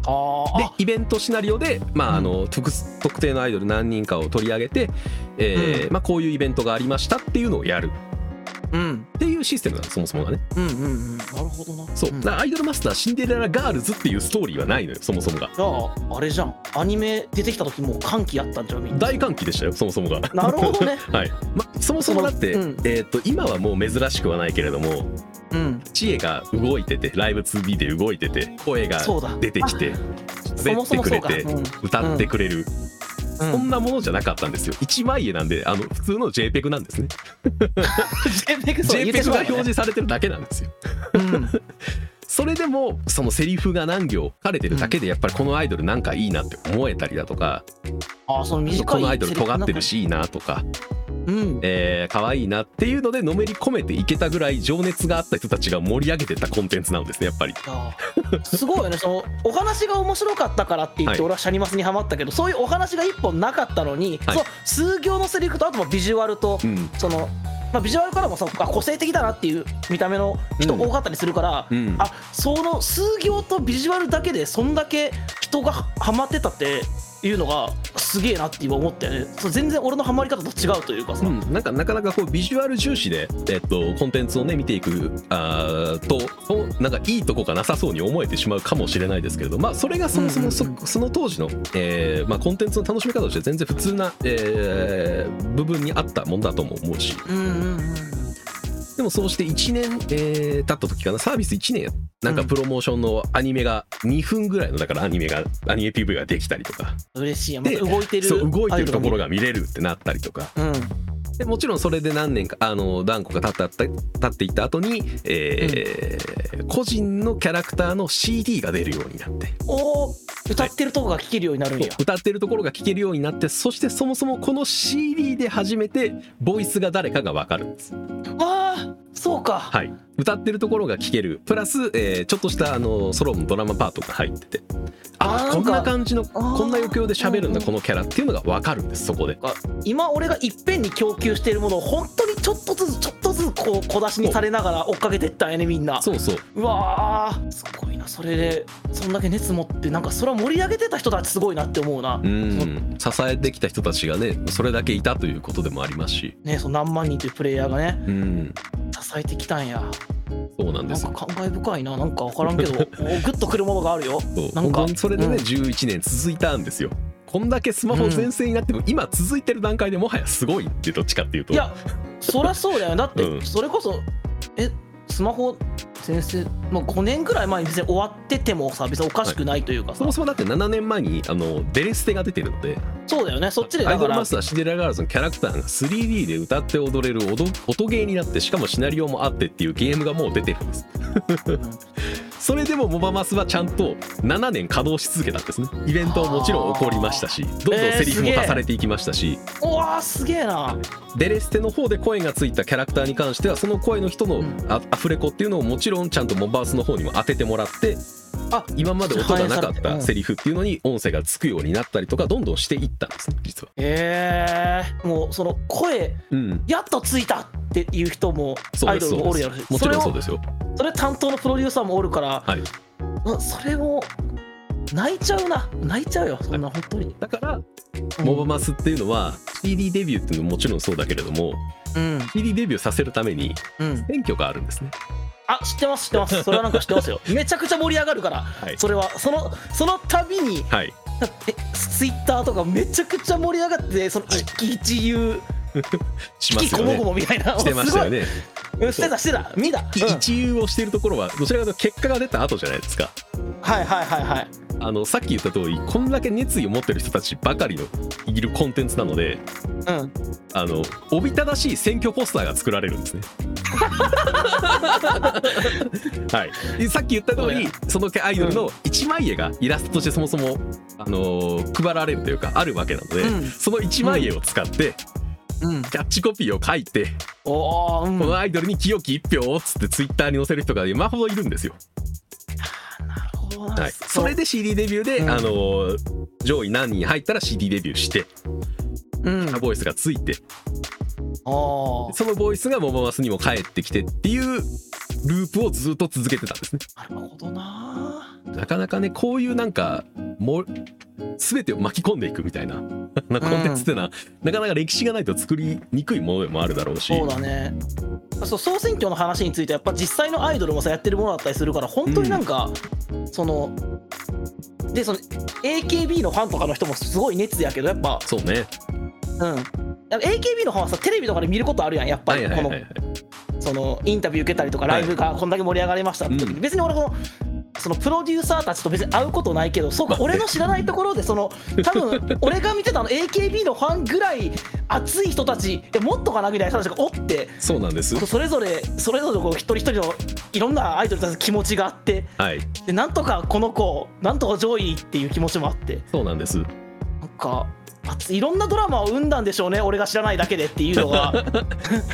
Speaker 2: あー
Speaker 1: で
Speaker 2: あ
Speaker 1: イベントシナリオで、まあ、あの特特定のアイドル何人かを取り上げて、えーまあ、こういうイベントがありましたっていうのをやる
Speaker 2: うん
Speaker 1: っていうシステムなんですそもそもがね。
Speaker 2: うんうんうんなるほどな
Speaker 1: そう、
Speaker 2: ん
Speaker 1: だからアイドルマスターシンデレラガールズっていうストーリーはないのよそもそもが。
Speaker 2: じゃああれじゃんアニメ出てきた時もう歓喜やったんじゃんみんな
Speaker 1: 大歓喜でしたよそもそもが。
Speaker 2: なるほどね
Speaker 1: [laughs] はいまあ、そもそもだって、
Speaker 2: そのうん
Speaker 1: えー、と今はもう珍しくはないけれども
Speaker 2: うん
Speaker 1: 知恵が動いててライブ 2B で動いてて声が
Speaker 2: そうだ
Speaker 1: 出てきて
Speaker 2: そ
Speaker 1: 滑
Speaker 2: も
Speaker 1: っ
Speaker 2: そ
Speaker 1: て
Speaker 2: も
Speaker 1: く
Speaker 2: そ
Speaker 1: れ
Speaker 2: うか
Speaker 1: て
Speaker 2: うん
Speaker 1: 歌ってくれる、
Speaker 2: うん [laughs]
Speaker 1: そんなものじゃなかったんですよ一枚絵なんであの普通の JPEG なんですね
Speaker 2: JPEG そう言って
Speaker 1: JPEG
Speaker 2: し
Speaker 1: が
Speaker 2: ま
Speaker 1: 表
Speaker 2: うよね
Speaker 1: 示されてるだけなんですよ
Speaker 2: うん
Speaker 1: それでもそのセリフが何行書かれてるだけでやっぱりこのアイドルなんかいいなって思えたりだとか、
Speaker 2: あーその短い
Speaker 1: このアイドル尖ってるしいいなとか、
Speaker 2: うん
Speaker 1: えー、可愛いなっていうのでのめり込めていけたぐらい情熱があった人たちが盛り上げてったコンテンツなんですねやっぱり
Speaker 2: いやーすごいよねそのお話が面白かったからって言って
Speaker 1: はい
Speaker 2: 俺はシャニマスにハマったけど、そういうお話が一本なかったのに、
Speaker 1: はい
Speaker 2: その数行のセリフとあともビジュアルと、
Speaker 1: うん
Speaker 2: その、まあ、ビジュアルからもさあ個性的だなっていう見た目の人
Speaker 1: うん
Speaker 2: 多かったりするから、
Speaker 1: うん
Speaker 2: あその数行とビジュアルだけでそんだけ人がハマってたっていうのがすげえなって今思ったよねそう全然俺のハマり方と違うというかさ、
Speaker 1: うん、なんかなかなかこうビジュアル重視で、えっと、コンテンツをね見ていくあーととなんかいいとこがなさそうに思えてしまうかもしれないですけれどまあそれがそもそもそ,、
Speaker 2: うんうんう
Speaker 1: その当時の、えーまあ、コンテンツの楽しみ方として全然普通な、えー部分にあったもんだとも思うし
Speaker 2: うんうんうん
Speaker 1: でもそうして1年、えー経った時かなサービス1年なんか
Speaker 2: うん
Speaker 1: プロモーションのアニメが2分ぐらいのだからアニメがアニメ PV ができたりとか
Speaker 2: 嬉しいやま
Speaker 1: で
Speaker 2: た動いてる
Speaker 1: そう動いてるところ
Speaker 2: が
Speaker 1: が見れるってなったりとか
Speaker 2: うん
Speaker 1: でもちろんそれで何年かあの何個か経った経っていった後に、えー個人のキャラクターの CD が出るようになって
Speaker 2: おお歌ってるとこが聴けるようになるんや、
Speaker 1: 歌ってるところが聴けるようになってそしてそもそもこの CD で初めてボイスが誰かが分かるんです。
Speaker 2: わあそうか、
Speaker 1: はい、歌ってるところが聴けるプラス、えーちょっとしたあのソロのドラマパートが入っててあ
Speaker 2: あー
Speaker 1: こん
Speaker 2: な
Speaker 1: なん
Speaker 2: か
Speaker 1: 感じのこんな余興で喋るん
Speaker 2: うん
Speaker 1: だ
Speaker 2: うん
Speaker 1: このキャラっていうのが分かるんですそこで。
Speaker 2: なんか今俺がいっぺんに供給しているものを本当にちょっとずつちょっとずつこう小出しにされながら追っかけてったんやねみんな
Speaker 1: そうそう
Speaker 2: うわーすごいなそれでそんだけ熱持ってなんかそれは盛り上げてた人たちすごいなって思うな、
Speaker 1: うん支えてきた人たちがねそれだけいたということでもありますし、
Speaker 2: ねその何万人というプレイヤーがね
Speaker 1: うん、
Speaker 2: 支えてきたんや
Speaker 1: そうなんで
Speaker 2: なん
Speaker 1: す
Speaker 2: か
Speaker 1: よ
Speaker 2: 感慨深いななんか分からんけ
Speaker 1: [laughs]
Speaker 2: どおグッとくるものがあるよ
Speaker 1: そう
Speaker 2: なんか
Speaker 1: 本当にそれでね、
Speaker 2: うん
Speaker 1: 11年続いたんですよこんだけスマホ全盛になっても、今続いてる段階でもはやすごいってどっちかっていうと
Speaker 2: いやそりゃそ
Speaker 1: [laughs]
Speaker 2: うだよだっ
Speaker 1: うん
Speaker 2: てそれこそ、えスマホ先生、まあ、5年ぐらい前に別に終わっててもさ別におかしくないというかさ、
Speaker 1: そもそもだって7年前にあのデレステが出てるので
Speaker 2: そうだよねそっちで
Speaker 1: ア
Speaker 2: だ
Speaker 1: イド
Speaker 2: か
Speaker 1: ル
Speaker 2: ら
Speaker 1: マスターシンデレラガールズのキャラクターが 3D で歌って踊れる音音ゲーになってしかもシナリオもあってっていうゲームがもう出てるんですそれでもモバマスはちゃんと7年稼働し続けたんですねイベントももちろん起こりましたしどんどんセリフも足されていきましたし、
Speaker 2: うわーすげえな
Speaker 1: デレステの方で声がついたキャラクターに関してはその声の人の
Speaker 2: うん
Speaker 1: あアフレコっていうのをもちろんちゃんとモバースの方にも当ててもらって
Speaker 2: あ
Speaker 1: 今まで音がなかっ
Speaker 2: う
Speaker 1: た
Speaker 2: ん
Speaker 1: セリフっていうのに音声がつくようになったりとかどんどんしていったんですね実は。
Speaker 2: えー、もうその声
Speaker 1: うん
Speaker 2: やっとついたっていう人も
Speaker 1: そ
Speaker 2: ア
Speaker 1: う
Speaker 2: イ
Speaker 1: で
Speaker 2: ド
Speaker 1: す
Speaker 2: ル
Speaker 1: そ
Speaker 2: もお
Speaker 1: う
Speaker 2: る
Speaker 1: で
Speaker 2: や
Speaker 1: す
Speaker 2: ろし
Speaker 1: も
Speaker 2: そ
Speaker 1: ち
Speaker 2: れ
Speaker 1: ろん
Speaker 2: を
Speaker 1: そうですよ
Speaker 2: それ担当のプロデューサーもおるから、
Speaker 1: はい
Speaker 2: うんそれを泣いちゃうな泣いちゃうよそんな本当に、
Speaker 1: だから
Speaker 2: うん
Speaker 1: モバマスっていうのは CD デビューっていうのももちろんそうだけれども
Speaker 2: うん、
Speaker 1: CD デビューさせるために
Speaker 2: うん、
Speaker 1: 選挙があるんですね
Speaker 2: あ知ってます知ってますそれはなんか知って
Speaker 1: [laughs]
Speaker 2: ますよめちゃくちゃ盛り上がるから、
Speaker 1: い
Speaker 2: [laughs] それはそのその度に
Speaker 1: はい
Speaker 2: だってツイッターとかめちゃくちゃ盛り上がってその
Speaker 1: はい
Speaker 2: 一喜一憂
Speaker 1: し
Speaker 2: 一
Speaker 1: ます
Speaker 2: 喜
Speaker 1: よ
Speaker 2: こもご
Speaker 1: ね
Speaker 2: もみたいな
Speaker 1: してましたよ
Speaker 2: ね
Speaker 1: ね
Speaker 2: してたしてた見た、うんはい
Speaker 1: 一遊をしているところはどちらかというと結果が出た後じゃないですか
Speaker 2: はいはいはい
Speaker 1: あのさっき言った通りこんだけ熱意を持ってる人たちばかりのいるコンテンツなので
Speaker 2: うん
Speaker 1: あのおびただしい選挙ポスターが作られるん
Speaker 2: [laughs]
Speaker 1: ですね。はい、でさっき言った通りそのアイドルの一枚絵がイラストとしてそもそも、あのー配られるというかあるわけなので、
Speaker 2: うん
Speaker 1: その一枚絵を使って
Speaker 2: うん
Speaker 1: キャッチコピーを書いて、
Speaker 2: おおうん
Speaker 1: こ
Speaker 2: な
Speaker 1: のアイドルに清き一票をつってツイッターに載せる人が山ほどいるんですよ。
Speaker 2: るほどな、
Speaker 1: はい、それで CD デビューで、
Speaker 2: うん
Speaker 1: あのー上位何人入ったら CD デビューして
Speaker 2: うん
Speaker 1: ボイスがついて
Speaker 2: おー
Speaker 1: そのボイスがモモマスにも返ってきてっていうループをずっと続けてたんですね
Speaker 2: なるほどな
Speaker 1: なかなかねこういうなんかもう全てを巻き込んでいくみたいな [laughs] なコンテンツっていうのは、なかなか歴史がないと作りにくいものでもあるだろうし
Speaker 2: そうだねそう総選挙の話についてやっぱ実際のアイドルもさやってるものだったりするから本当になんか、そのでその AKB のファンとかの人もすごい熱やけどやっぱ
Speaker 1: そうね
Speaker 2: うん、だから AKB の方はさテレビとかで見ることあるやんやっぱ
Speaker 1: はい
Speaker 2: り
Speaker 1: はい
Speaker 2: こ
Speaker 1: はいはい
Speaker 2: のそのインタビュー受けたりとか
Speaker 1: は
Speaker 2: ラ
Speaker 1: い
Speaker 2: イブがこんだけ盛り上がりましたって時に
Speaker 1: う
Speaker 2: 別に俺このそのプロデューサーたちと別に会うことないけどそう
Speaker 1: ま
Speaker 2: か
Speaker 1: あね
Speaker 2: 俺の知らないところでその多分俺が見てたあの AKB のファンぐらい熱い人たちえもっとかなみたいな人たちがおって
Speaker 1: そうなんです
Speaker 2: それぞれそれぞれこう一人一人のいろんなアイドルたちの気持ちがあって
Speaker 1: はい
Speaker 2: でなんとかこの子をなんとか上位っていう気持ちもあって。
Speaker 1: そうなんです
Speaker 2: なんか熱いろんなドラマを生んだんでしょうね俺が知らないだけでっていうのが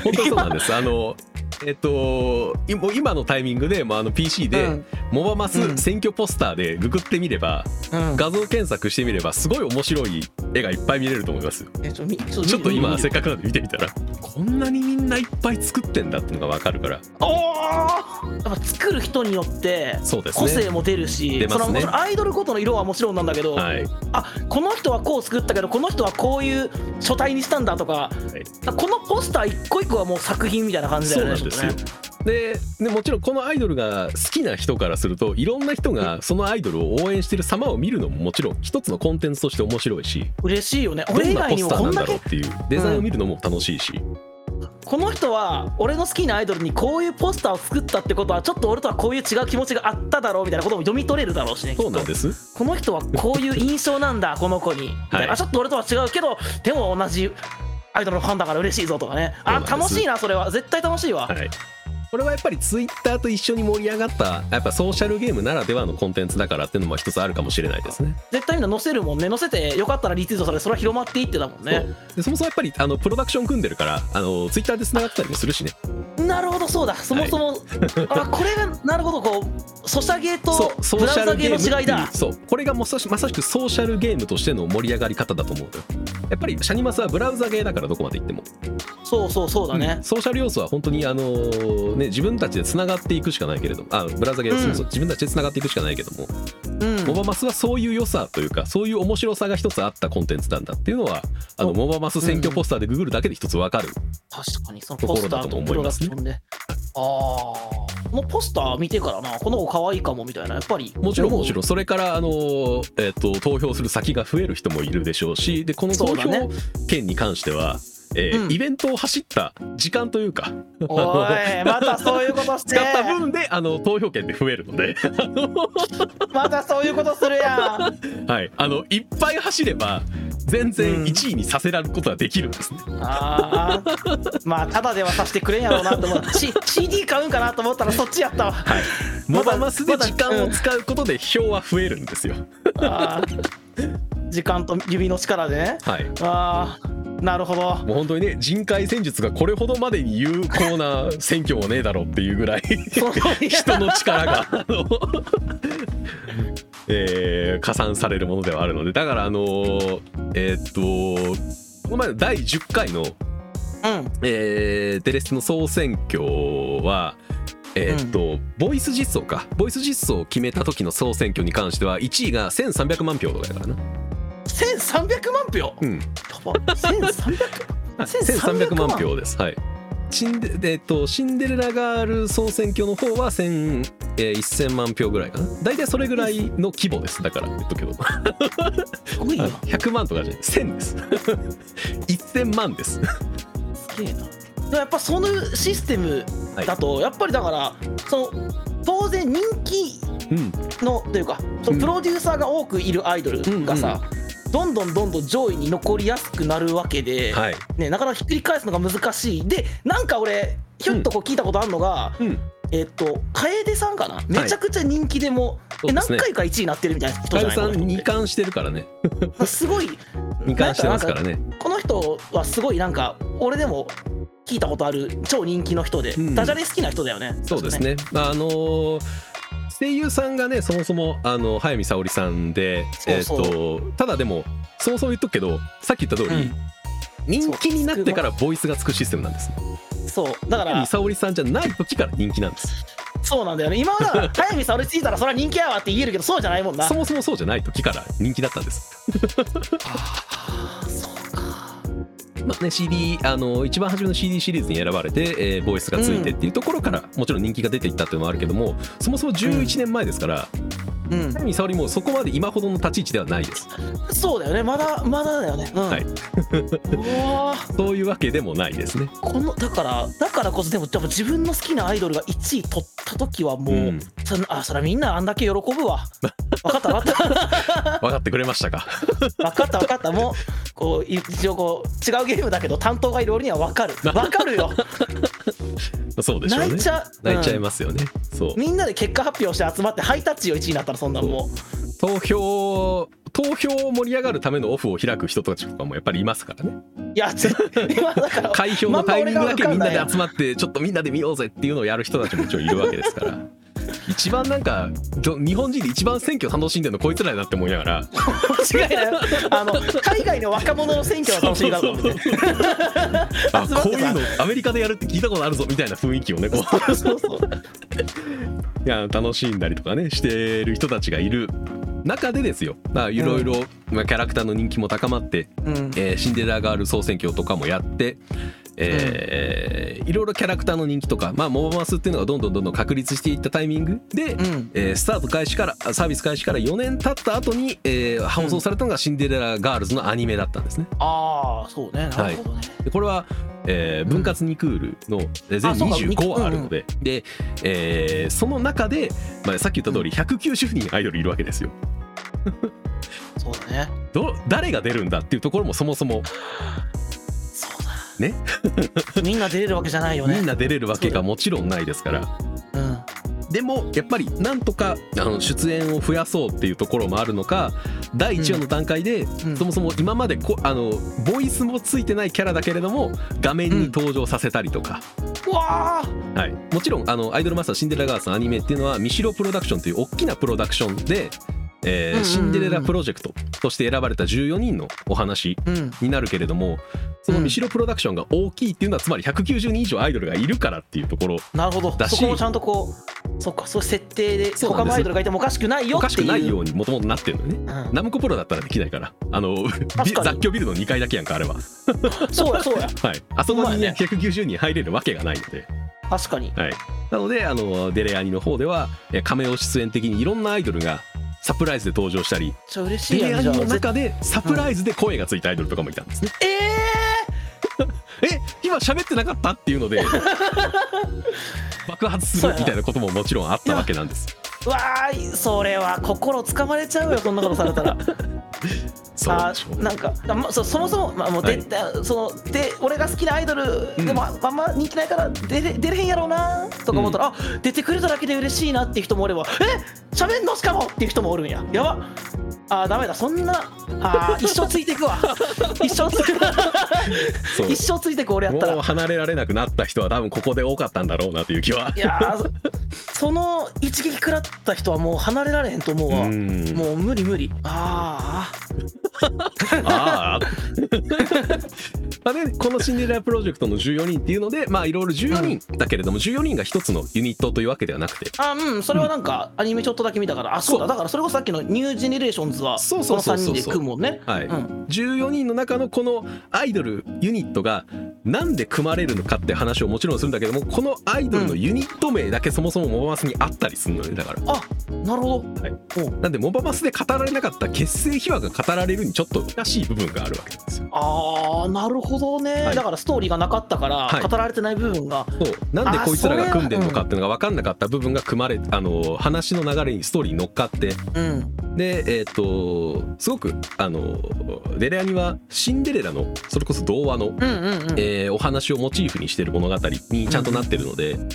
Speaker 1: 本当そうなん
Speaker 2: [laughs]
Speaker 1: ですあのえっといもう今のタイミングで、まあ、あの PC で、
Speaker 2: うん
Speaker 1: モバマ
Speaker 2: う
Speaker 1: ス
Speaker 2: ん
Speaker 1: 選挙ポスターでググってみれば、
Speaker 2: うん
Speaker 1: 画像検索してみればすごい面白い絵がいっぱい見れると思いますよ
Speaker 2: えちょみちょ
Speaker 1: ちょっと
Speaker 2: み
Speaker 1: 今
Speaker 2: み
Speaker 1: せっかくなんで見てみたらこんなにみんないっぱい作ってんだってのがわかるから
Speaker 2: おーやっぱ作る人によって
Speaker 1: そうですね
Speaker 2: 個性も出るし
Speaker 1: 出ますね
Speaker 2: そのアイドルごとの色はもちろんなんだけど、
Speaker 1: はい、
Speaker 2: あこの人はこう作ったけどこの人はこういう書体にしたんだとかこのポスター一個一個はもう作品みたいな感じだ
Speaker 1: そう
Speaker 2: よね
Speaker 1: なんですよ
Speaker 2: ちょっとね
Speaker 1: ででもちろんこのアイドルが好きな人からするといろんな人がそのアイドルを応援してる様を見るのももちろん一つのコンテンツとして面白いし
Speaker 2: 嬉しいよね
Speaker 1: ど
Speaker 2: 俺
Speaker 1: ん
Speaker 2: 以
Speaker 1: な
Speaker 2: 外
Speaker 1: ポ
Speaker 2: に
Speaker 1: ス
Speaker 2: も
Speaker 1: ター
Speaker 2: こ
Speaker 1: なんんだ
Speaker 2: だ
Speaker 1: ろう
Speaker 2: け
Speaker 1: っていうデザインを見るのも楽しいし、
Speaker 2: この人は俺の好きなアイドルにこういうポスターを作ったってことはちょっと俺とはこういう違う気持ちがあっただろうみたいなことも読み取れるだろうしね
Speaker 1: そうなんです
Speaker 2: この人はこういう印象なんだこの子に、
Speaker 1: はい
Speaker 2: あちょっと俺とは違うけどでも同じアイドルのファンだから嬉しいぞとかねあ
Speaker 1: そうなんで
Speaker 2: 楽
Speaker 1: す
Speaker 2: しいなそれは絶対楽しいわ、
Speaker 1: はいこれはやっぱりツイッターと一緒に盛り上がったやっぱソーシャルゲームならではのコンテンツだからっていうのも一つあるかもしれないですね
Speaker 2: 絶対みんな載せるもんね載せてよかったらリツイートされてそれは広まっていってたもんね
Speaker 1: そうでそもそもやっぱりあのプロダクション組んでるからあのツイッターで繋がったりもするしね
Speaker 2: なるほどそうだそもそも、 [laughs] あこれがなるほどこうソシャゲと
Speaker 1: そうソ
Speaker 2: ブ
Speaker 1: ー
Speaker 2: ラウ
Speaker 1: シャ
Speaker 2: ザ
Speaker 1: ル
Speaker 2: ゲ
Speaker 1: ゲームって
Speaker 2: ーの違
Speaker 1: い
Speaker 2: いうだ
Speaker 1: そうこれがもうさしまさしくソーシャルゲームとしての盛り上がり方だと思うのよやっぱりシャニマスはブラウザゲーだからどこまで行っても、
Speaker 2: そうそうそうだね
Speaker 1: うん、ソーシャル要素は本当にあのーね自分たちで繋がっていくしかないけれどもあブラウザゲーはそうそう自分たちで繋がっていくしかないけども、
Speaker 2: うん、
Speaker 1: モバマスはそういう良さというかそういう面白さが一つあったコンテンツなんだっていうのはあの
Speaker 2: お
Speaker 1: モバマス選挙ポスターでググるだけで一つわかる、
Speaker 2: 確かにその
Speaker 1: とこ
Speaker 2: ポ
Speaker 1: ろ
Speaker 2: スタ
Speaker 1: だ
Speaker 2: ー
Speaker 1: と
Speaker 2: と
Speaker 1: 思
Speaker 2: プ
Speaker 1: い
Speaker 2: ロ
Speaker 1: ま
Speaker 2: ダク
Speaker 1: すね
Speaker 2: ションでああこのポスター見てからなこの子可愛いかもみたいなやっぱり
Speaker 1: もちろん
Speaker 2: 思う
Speaker 1: もちろんそれからあのー、えっと投票する先が増える人もいるでしょうしでこの
Speaker 2: そ
Speaker 1: 投
Speaker 2: うだ
Speaker 1: 票
Speaker 2: ね
Speaker 1: 権に関しては、えー
Speaker 2: うん
Speaker 1: イベントを走った時間というか
Speaker 2: おいまたそういうことし
Speaker 1: 使
Speaker 2: て
Speaker 1: った分であの投票権って増えるの
Speaker 2: [laughs]
Speaker 1: であの
Speaker 2: またそういうことするや
Speaker 1: [laughs]
Speaker 2: ん
Speaker 1: はいあのいっぱい走れば全
Speaker 2: うん
Speaker 1: 然1位にさせられることはできるんですね、
Speaker 2: あーまあただではさせてくれんやろうなと思ってし CD 買うんかなと思ったらそっちやったわ
Speaker 1: はい
Speaker 2: ま
Speaker 1: モ
Speaker 2: だ
Speaker 1: バマスで時間を使うことで票は増えるんですよ
Speaker 2: あー時間と指の力でね
Speaker 1: はい
Speaker 2: あーなるほど
Speaker 1: もう本当にね人海戦術がこれほどまでに有効な選挙もねえだろうっていうぐらい
Speaker 2: [laughs] そう
Speaker 1: 人の力があの [laughs] えー加算されるものではあるのでだからあのーえーっとこの前の第10回の、
Speaker 2: うん
Speaker 1: えーデレステの総選挙はえーっと、ボイス実装かボイス実装を決めた時の総選挙に関しては1位が1300万票とかだからな、
Speaker 2: 1300万票や
Speaker 1: うん、
Speaker 2: ば1300
Speaker 1: [laughs]
Speaker 2: 1300
Speaker 1: 1300万票です。はい。シンデえっと、シンデレラガール総選挙の方は1000、えー1000万票ぐらいかな。大体それぐらいの規模です。だから言っとくけど。
Speaker 2: すごい
Speaker 1: あ
Speaker 2: よ
Speaker 1: の100万とかじゃない。1000です。1000万です。
Speaker 2: すげえなでもやっぱそのシステム
Speaker 1: はい
Speaker 2: だとやっぱりだからその当然人気
Speaker 1: うん。
Speaker 2: のというかそのプロデューサーが多くいるアイドルがさ、どんどんどんどん上位に残りやすくなるわけで、
Speaker 1: はい。
Speaker 2: ね、なかなかひっくり返すのが難しいでなんか俺ひょっとこう聞いたことあるのが、
Speaker 1: うん。
Speaker 2: えっと楓さんかなめちゃくちゃ人気でも、
Speaker 1: そう
Speaker 2: え
Speaker 1: で
Speaker 2: 何
Speaker 1: すね
Speaker 2: 回か1位になってるみたいな人
Speaker 1: カ
Speaker 2: じゃ
Speaker 1: エ
Speaker 2: ない
Speaker 1: さん
Speaker 2: この人っ
Speaker 1: 2
Speaker 2: て
Speaker 1: 冠してるからね。
Speaker 2: まあすごい
Speaker 1: 2冠してますから
Speaker 2: なんか
Speaker 1: ね。
Speaker 2: この人はすごいなんか俺でも聞いたことある超人気の人で、
Speaker 1: うん
Speaker 2: ダジャレ好きな人だよね
Speaker 1: そうです
Speaker 2: 確か
Speaker 1: ね。あのー声優さんがねそもそもあの早見沙織さんで
Speaker 2: そうそう
Speaker 1: えーっとただでもそもそも言っとくけどさっき言った通り、人気になってからボイスがつくシステムなんです
Speaker 2: うんそうだか
Speaker 1: 早見
Speaker 2: ら
Speaker 1: 沙織さんじゃない時から人気なんです
Speaker 2: そうなんだよね今はだ
Speaker 1: [laughs]
Speaker 2: から早見さん俺ついたらそれは人気やわって言えるけどそうじゃないもんな
Speaker 1: そもそもそうじゃない時から人気だったんです
Speaker 2: あーそうか
Speaker 1: まあね CD あの一番初めの CD シリーズに選ばれて、えーボイスがついてっていうところから、もちろん人気が出ていったっていうのもあるけどもそもそも11年前ですから、
Speaker 2: うん
Speaker 1: 早見沙織もそこまで今ほどの立ち位置ではないです
Speaker 2: そうだよねまだまだだよねうん、
Speaker 1: はい
Speaker 2: うわー
Speaker 1: そういうわけでもないですね
Speaker 2: このだからだからこそでもやっぱ自分の好きなアイドルが1位取った時はもう、
Speaker 1: うん
Speaker 2: そのあそれはみんなあんだけ喜ぶ
Speaker 1: [laughs]
Speaker 2: わ分かった分かった
Speaker 1: 分かってくれましたか [laughs]
Speaker 2: 分かった分かったもうこう一応こう違うゲームだけど担当がいる俺には分
Speaker 1: [laughs]
Speaker 2: かる分かるよ
Speaker 1: そうでしょうね
Speaker 2: 泣いちゃう
Speaker 1: 泣いちゃい
Speaker 2: うん
Speaker 1: ますよね、そう
Speaker 2: みんなで結果発表して集まってハイタッチを1位になったらそんなんも
Speaker 1: 投票投票を盛り上がるためのオフを開く人たちとかもやっぱりいますからね
Speaker 2: ういや絶今だから
Speaker 1: 開票のタイミングだけみんな
Speaker 2: まんま俺が分かんない
Speaker 1: で集まってちょっとみんなで見ようぜっていうのをやる人たちももちろんいるわけですから一番なんかど日本人で一番選挙楽しんでるのこいつらだなって思いなが
Speaker 2: [laughs]
Speaker 1: ら
Speaker 2: 間違いな
Speaker 1: [laughs]
Speaker 2: いよあの海外の若者の選挙は楽しみだと思って
Speaker 1: あ
Speaker 2: 集まってた
Speaker 1: こういうのアメリカでやるって聞いたことあるぞみたいな雰囲気をねこう
Speaker 2: そうそう
Speaker 1: いや楽しんだりとかねしてる人たちがいる中でですよまあいろいろまあキャラクターの人気も高まって、
Speaker 2: うん
Speaker 1: えーシンデレラガール総選挙とかもやって。えーいろいろキャラクターの人気とか、まあ、モバマスっていうのがどんどんどんどん確立していったタイミングで、
Speaker 2: うん
Speaker 1: えースタート開始からあサービス開始から4年経った後に、えー放送されたのがシンデレラガールズのアニメだったんですね。
Speaker 2: ああそうねなるほどね、
Speaker 1: でこれは、えー分割2クールのえー全
Speaker 2: あそうか
Speaker 1: 25話あるので、で、えーその中で、まあ、さっき言った通り190人アイドルいるわけですよ。
Speaker 2: そうだね
Speaker 1: ど誰が出るんだっていうところもそもそも
Speaker 2: そうだ
Speaker 1: ね
Speaker 2: みんな出れるわけじゃないよね
Speaker 1: みんな出れるわけ
Speaker 2: そ
Speaker 1: がもちろんないですから
Speaker 2: うん
Speaker 1: でもやっぱりなんとかあの出演を増やそうっていうところもあるのか第1話の段階で、
Speaker 2: うん
Speaker 1: そもそも今までこあのボイスもついてないキャラだけれども画面に登場させたりとか、
Speaker 2: うわあ
Speaker 1: はい、もちろんあの「アイドルマスターシンデレラガールズ」のアニメっていうのはミシロプロダクションという大きなプロダクションで、えー
Speaker 2: うんうんうん
Speaker 1: シンデレラプロジェクトとして選ばれた14人のお話
Speaker 2: うん
Speaker 1: になるけれどもそのミシロプロダクションが大きいっていうのはつまり190人以上アイドルがいるからっていうところ
Speaker 2: なるほど
Speaker 1: だし
Speaker 2: そこもちゃんとこうそっかそういう設定で
Speaker 1: そうな
Speaker 2: 他
Speaker 1: んです
Speaker 2: のアイドルがいてもおかしくないよ
Speaker 1: お
Speaker 2: っ
Speaker 1: か
Speaker 2: ていう
Speaker 1: しくないようにもともとなってるのよね。
Speaker 2: うん
Speaker 1: ナムコプロだったらできないからあの
Speaker 2: か
Speaker 1: び
Speaker 2: に
Speaker 1: 雑居ビルの2階だけやんかあれは、は
Speaker 2: そうやそうや
Speaker 1: い、あそこに、
Speaker 2: うまい
Speaker 1: ね
Speaker 2: ね、
Speaker 1: 190人入れるわけがないので、
Speaker 2: 確かに
Speaker 1: はい、なのであのデレアニの方ではえー亀を出演的にいろんなアイドルがサプライズで登場したり
Speaker 2: じゃあ嬉し
Speaker 1: デ
Speaker 2: い
Speaker 1: レ
Speaker 2: や
Speaker 1: ア
Speaker 2: ん
Speaker 1: ニ
Speaker 2: じゃあ
Speaker 1: の
Speaker 2: 絶
Speaker 1: 中でサプライズで声がついたアイドルとかもいたんですね、
Speaker 2: ええ
Speaker 1: え今喋ってなかったっていうの
Speaker 2: [laughs]
Speaker 1: で爆発するみたいなことももちろんあったわけなんです
Speaker 2: ー、わーいそれは心つかまれちゃうよそんなことされたら
Speaker 1: そう
Speaker 2: あ
Speaker 1: でしょう
Speaker 2: ーなんかだまそそもそも,、まあ、もうで、そので俺が好きなアイドル
Speaker 1: うん
Speaker 2: でも、あんま人気ないから出れ出れへんやろうなとか思ったら、あ出てくれただけで嬉しいなっていう人もおればえ喋んのしかもっていう人もおるんややばあーダメだそんなあー一生ついて
Speaker 1: [laughs]
Speaker 2: いくわ一生ついてく
Speaker 1: そう
Speaker 2: 一生ついてく俺やったら
Speaker 1: もう離れられなくなった人は多分ここで多かったんだろうなという気はい
Speaker 2: やーそその一撃食らった人はもう離れられへんと思うわ、
Speaker 1: うん
Speaker 2: もう無理無理あ
Speaker 1: ああ [laughs] まあね、このシンデレラプロジェクトの14人っていうのでまあいろいろ14人だけれども14人が一つのユニットというわけではなくて
Speaker 2: ーあうんそれはなんかアニメちょっとだけ見たから、あそうだだからそれこそさっきのニュージェネレーションズはこ
Speaker 1: そう
Speaker 2: の
Speaker 1: そうそう
Speaker 2: 3
Speaker 1: そう
Speaker 2: 人で組むもんね
Speaker 1: はい
Speaker 2: うん
Speaker 1: 14人の中のこのアイドルユニットがなんで組まれるのかって話をもちろんするんだけどもこのアイドルのユニット名だけそもそもモバマスにあったりするのねだから。
Speaker 2: あなるほど、
Speaker 1: はい
Speaker 2: おう
Speaker 1: なんでモバマスで語られなかった結成秘話が語られるにちょっとらしい部分があるわけなんですよ。
Speaker 2: あーなるほどね、
Speaker 1: はい
Speaker 2: だからストーリーがなかったから
Speaker 1: はい
Speaker 2: 語られてない部分が、
Speaker 1: そうなんでこいつら
Speaker 2: あそれ
Speaker 1: が
Speaker 2: は
Speaker 1: 組んでるのかっていうのが分かんなかった部分が組まれあの話の流れにストーリーに乗っかって
Speaker 2: うん
Speaker 1: でえっ、とすごくあのデレアニはシンデレラのそれこそ童話の、
Speaker 2: うんうんうん
Speaker 1: えーお話をモチーフにしてる物語にちゃんとなってるので、
Speaker 2: うん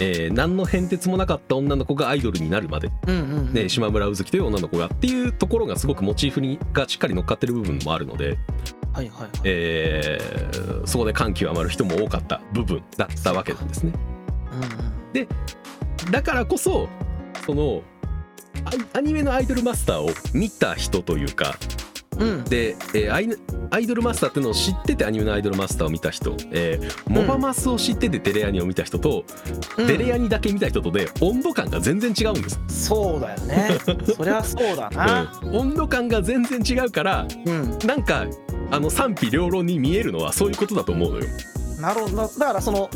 Speaker 1: えー何の変哲もなかった女の子がアイドルになるまで、
Speaker 2: うんうん
Speaker 1: ね、島村うずきという女の子がっていうところがすごくモチーフにがしっかり乗っかってる部分もあるので、
Speaker 2: はいはいはい、
Speaker 1: えーそこで感極まる人も多かった部分だったわけなんですね。
Speaker 2: うんうん
Speaker 1: だからこそそのアアニメのアイドルマスターを見た人というか
Speaker 2: うん、
Speaker 1: で、えーアイヌアイドルマスターっていうのを知っててアニメのアイドルマスターを見た人、えーモバマスを知っててデレアニを見た人と、
Speaker 2: うん
Speaker 1: デレアニだけ見た人とで温度感が全然違うんです
Speaker 2: そうだよね
Speaker 1: [laughs]
Speaker 2: そりゃそうだな
Speaker 1: うん温度感が全然違うから
Speaker 2: うん
Speaker 1: なんかあの賛否両論に見えるのはそういうことだと思うのよ。
Speaker 2: なるほどなだからその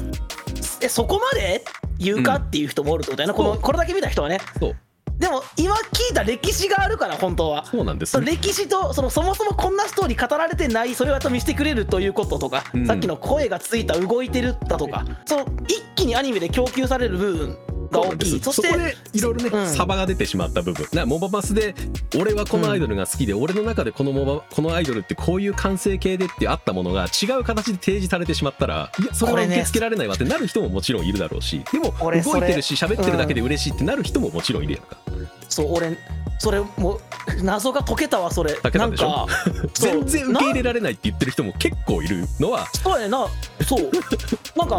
Speaker 2: えそこまで言うか
Speaker 1: うん
Speaker 2: っていう人もおるってことやな、
Speaker 1: そう
Speaker 2: このこれだけ見た人はね
Speaker 1: そう
Speaker 2: でも今聞いた歴史があるから本当は
Speaker 1: そうなんです
Speaker 2: その歴史とそのそもそもこんなストーリー語られてないそれをと見せてくれるということとか、
Speaker 1: うん
Speaker 2: さっきの声がついた動いてるだとか、その一気にアニメで供給される部分が
Speaker 1: そうな
Speaker 2: 大
Speaker 1: んで
Speaker 2: き
Speaker 1: す
Speaker 2: いそ
Speaker 1: そ
Speaker 2: して
Speaker 1: こでいろいろね、
Speaker 2: うん
Speaker 1: サバが出てしまった部分なモバマスで俺はこのアイドルが好きで、俺の中でこのモバこのアイドルってこういう完成形でってあったものが違う形で提示されてしまったらいやそれは
Speaker 2: これ
Speaker 1: 受
Speaker 2: ね
Speaker 1: け付けられないわってなる人ももちろんいるだろうしでも
Speaker 2: 俺そ
Speaker 1: 動
Speaker 2: れ
Speaker 1: いてるし喋ってるだけで嬉しいってなる人ももちろんいるやんか、
Speaker 2: そう俺それもう謎が解けたわそれ
Speaker 1: 解けた
Speaker 2: なん
Speaker 1: でしょ
Speaker 2: かそう
Speaker 1: 全然受け入れられないって言ってる人も結構いるのは
Speaker 2: そうやねんなそうなんか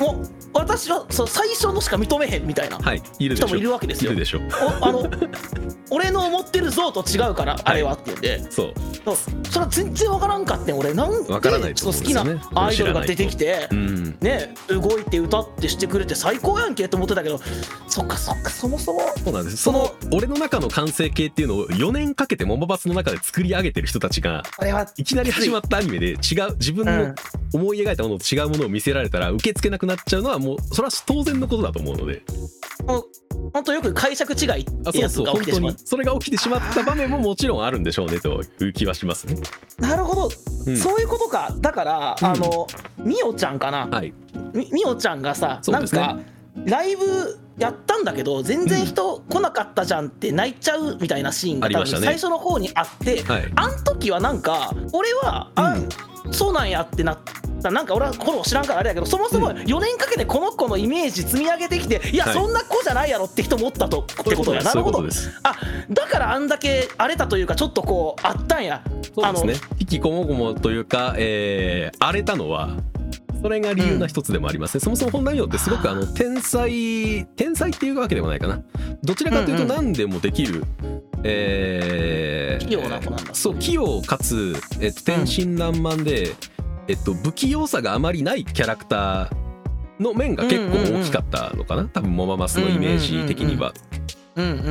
Speaker 2: もう私はそう最初のしか認めへんみたいな
Speaker 1: はいいるで
Speaker 2: 人
Speaker 1: し
Speaker 2: も
Speaker 1: ょ
Speaker 2: いるわけですよ。
Speaker 1: でしょ
Speaker 2: おあの俺の思ってる像と違うからあれはって言うんで、
Speaker 1: そう
Speaker 2: そうそれは全然わからんかってん俺なんで
Speaker 1: わからないと
Speaker 2: その
Speaker 1: 思うん
Speaker 2: 好き
Speaker 1: ですよ
Speaker 2: な
Speaker 1: ね
Speaker 2: アイドルが出てきて
Speaker 1: う、ん
Speaker 2: ね、動いて歌ってしてくれて最高やんけと思ってたけどそっかそっかそもそも
Speaker 1: そうなんですその俺の中の完成形っていうのを4年かけてモモバスの中で作り上げてる人たちが
Speaker 2: あれはい
Speaker 1: きなり始まったアニメで違う自分
Speaker 2: う
Speaker 1: の
Speaker 2: ん
Speaker 1: 思い描いたものと違うものを見せられたら受け付けなくなっちゃうのはもうそれは当然のことだと思うので
Speaker 2: 本当よく解釈違いっ
Speaker 1: あ
Speaker 2: て
Speaker 1: そ
Speaker 2: や
Speaker 1: う
Speaker 2: つ
Speaker 1: そう
Speaker 2: が
Speaker 1: 本
Speaker 2: 起きてし
Speaker 1: 当
Speaker 2: まう
Speaker 1: にそれが起きてしまった場面ももちろんあるんでしょうねという気はしますね。
Speaker 2: なるほど、
Speaker 1: うん
Speaker 2: そういうことかだから、
Speaker 1: うん
Speaker 2: あのみおちゃんかな
Speaker 1: はい、
Speaker 2: みみおちゃんがさ、
Speaker 1: そう
Speaker 2: なん
Speaker 1: ですね
Speaker 2: かライブやったんだけど全然人来なかったじゃんって泣いちゃうみたいなシーンが
Speaker 1: あり
Speaker 2: 多
Speaker 1: ました
Speaker 2: 分
Speaker 1: ね
Speaker 2: 最初の方にあって
Speaker 1: はい
Speaker 2: あん時はなんか俺はあ、そうなんやってなったなんか俺はこの知らんからあれだけどそもそも
Speaker 1: うん
Speaker 2: 4年かけてこの子のイメージ積み上げてきていや
Speaker 1: はい
Speaker 2: そんな子じゃないやろって人もおったとってことやな
Speaker 1: そう
Speaker 2: る
Speaker 1: いうこ
Speaker 2: ほ
Speaker 1: と
Speaker 2: ど
Speaker 1: です。
Speaker 2: あだからあんだけ荒れたというかちょっとこうあったんや
Speaker 1: そうですね。引きこもごもというか、えー荒れたのは。それが理由な一つでもありますね、そもそも本並洋ってすごくあの天才天才っていうわけでもないかなどちらかというと
Speaker 2: うんうん
Speaker 1: 何でもできる、えー
Speaker 2: 器用な子なんだ
Speaker 1: そう器用かつ、えっと、天真爛漫で、えっと、不器用さがあまりないキャラクターの面が結構大きかったのかな、多分モママスのイメージ的には、
Speaker 2: うんうん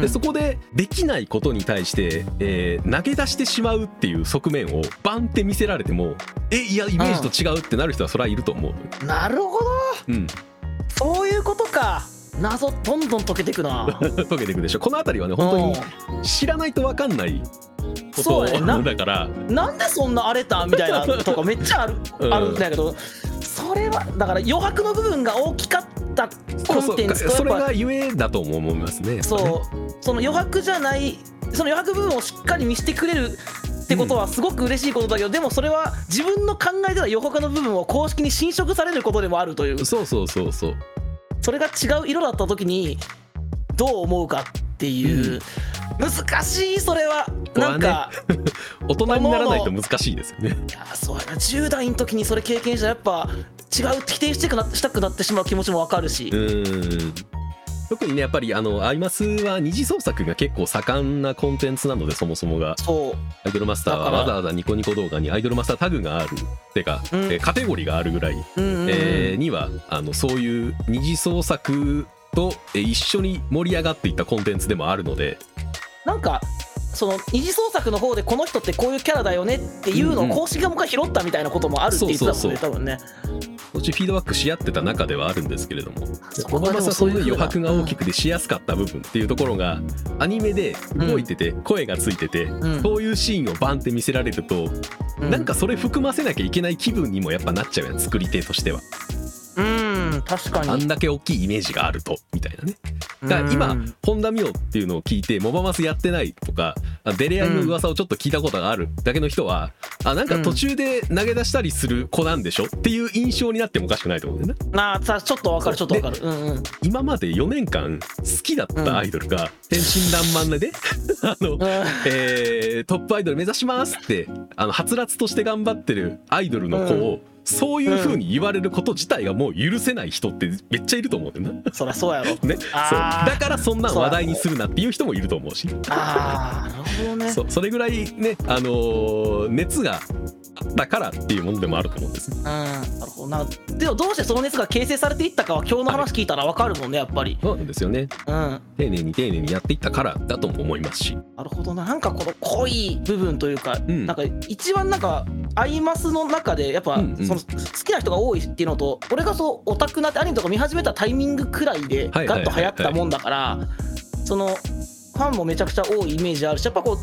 Speaker 1: でそこでできないことに対して、えー投げ出してしまうっていう側面をバンって見せられてもえいやイメージと違うってなる人はそれはいると思う、
Speaker 2: なるほど
Speaker 1: うん、 [laughs]
Speaker 2: そういうことか謎どんどん解けていくな
Speaker 1: 解けていくでしょこの辺りはね [laughs] 本当に知らないと分かんないこ
Speaker 2: そう
Speaker 1: と
Speaker 2: やね
Speaker 1: [laughs]
Speaker 2: な
Speaker 1: だから
Speaker 2: うんなんでそんな荒れたみたい
Speaker 1: [laughs]
Speaker 2: なとかめっちゃある,、
Speaker 1: うん
Speaker 2: あるんだけどそれはだから余白の部分が大きかった
Speaker 1: そう
Speaker 2: コ
Speaker 1: そう
Speaker 2: ンテンツとやっぱ
Speaker 1: それがゆえだと思いますねやっぱね
Speaker 2: そうその余白じゃないその余白部分をしっかり見せてくれるってことはすごく嬉しいことだけど、でもそれは自分の考えてた余白の部分を公式に侵食されることでもあるという
Speaker 1: そうそうそうそう
Speaker 2: それが違う色だった時にどう思うかっていう、難しいそれは
Speaker 1: これ
Speaker 2: な
Speaker 1: は
Speaker 2: ん
Speaker 1: ね
Speaker 2: か、
Speaker 1: 大人にならないと難しいですよね
Speaker 2: いやそうやな10代の時にそれ経験したらやっぱ違う否定してくなしたくなってしまう気持ちもわかるし、
Speaker 1: うん特にねやっぱりあのアイマスは二次創作が結構盛んなコンテンツなのでそもそもが
Speaker 2: そ
Speaker 1: アイドルマスターは
Speaker 2: だから
Speaker 1: わざわざニコニコ動画にアイドルマスタータグがあるってか、
Speaker 2: うん
Speaker 1: えーカテゴリーがあるぐらい、
Speaker 2: う、うんうんうん
Speaker 1: えーにはあのそういう二次創作とえー一緒に盛り上がっていったコンテンツでもあるので
Speaker 2: なんかその二次創作の方でこの人ってこういうキャラだよねっていう
Speaker 1: う
Speaker 2: のを
Speaker 1: んうん
Speaker 2: 公式がもう一回拾ったみたいなこともあるって言ってたもんね、
Speaker 1: そうそうそ
Speaker 2: 多分ね
Speaker 1: そっちフィードバックし合ってた中ではあるんですけれども
Speaker 2: そこ
Speaker 1: この
Speaker 2: はで
Speaker 1: ま
Speaker 2: も
Speaker 1: さそういう
Speaker 2: 風
Speaker 1: 余
Speaker 2: な
Speaker 1: 白が大きくてしやすかった部分っていうところがアニメで動いてて声がついてて。
Speaker 2: うん
Speaker 1: そういうシーンをバンって見せられると、
Speaker 2: うん
Speaker 1: なんかそれ含ませなきゃいけない気分にもやっぱなっちゃうやん作り手としては
Speaker 2: うん確か
Speaker 1: あん
Speaker 2: に
Speaker 1: だけ大きいイメージがあるとみたいなねだから
Speaker 2: う
Speaker 1: 今
Speaker 2: ん
Speaker 1: 本田美桜っていうのを聞いてモバマスやってないとかあデレアリの噂をちょっと聞いたことがあるだけの人は、あなんか途中で投げ出したりする子なんでしょっていう印象になってもおかしくないと思うんだよね
Speaker 2: あーさちょっとわかるちょっとわかるうんうん
Speaker 1: 今まで4年間好きだったアイドルが天真爛漫でね [laughs] あの、
Speaker 2: う
Speaker 1: えートップアイドル目指しますってあのはつらつとして頑張ってるアイドルの子を、そういう風に言われること自体がもう許せない人ってめっちゃいると思うんだよな。
Speaker 2: んそりゃそうやろ
Speaker 1: ね、 [laughs] そう
Speaker 2: あー
Speaker 1: だからそんなん話題にするなっていう人もいると思うし
Speaker 2: ああなるほどね
Speaker 1: そうそれぐらいね、あのー熱があったからっていうものでもあると思うんです
Speaker 2: うんなるほどなでもどうしてその熱が形成されていったかは今日の話聞いたらわかるもんねやっぱり
Speaker 1: そうなんですよね
Speaker 2: うんな
Speaker 1: 丁寧に丁寧にやっていったからだとも思いますし
Speaker 2: るほどななんかこの濃い部分というか、
Speaker 1: ん
Speaker 2: なんか一番なんかアイマスの中でやっぱ、
Speaker 1: うんうん
Speaker 2: その好きな人が多いっていうのと俺がそうオタクなってアニメとか見始めたタイミングくらいで
Speaker 1: は
Speaker 2: ガ
Speaker 1: いはいはいはい
Speaker 2: ッと流行ったもんだから、そのファンもめちゃくちゃ多いイメージあるしやっぱこう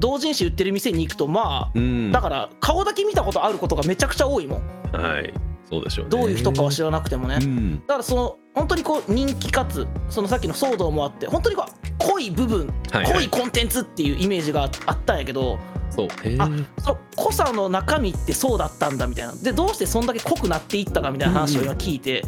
Speaker 2: 同人誌売ってる店に行くとまあ
Speaker 1: うん
Speaker 2: だから顔だけ見たことあることがめちゃくちゃ多いもん
Speaker 1: はいそうでしょうね
Speaker 2: どういう人かは知らなくてもね、
Speaker 1: うん
Speaker 2: だからその本当にこう人気かつそのさっきの騒動もあって本当にこう濃い部分、
Speaker 1: はいはい
Speaker 2: 濃いコンテンツっていうイメージがあったんやけど
Speaker 1: そうへー
Speaker 2: あその濃さの中身ってそうだったんだみたいなでどうしてそんだけ濃くなっていったかみたいな話を今聞いて、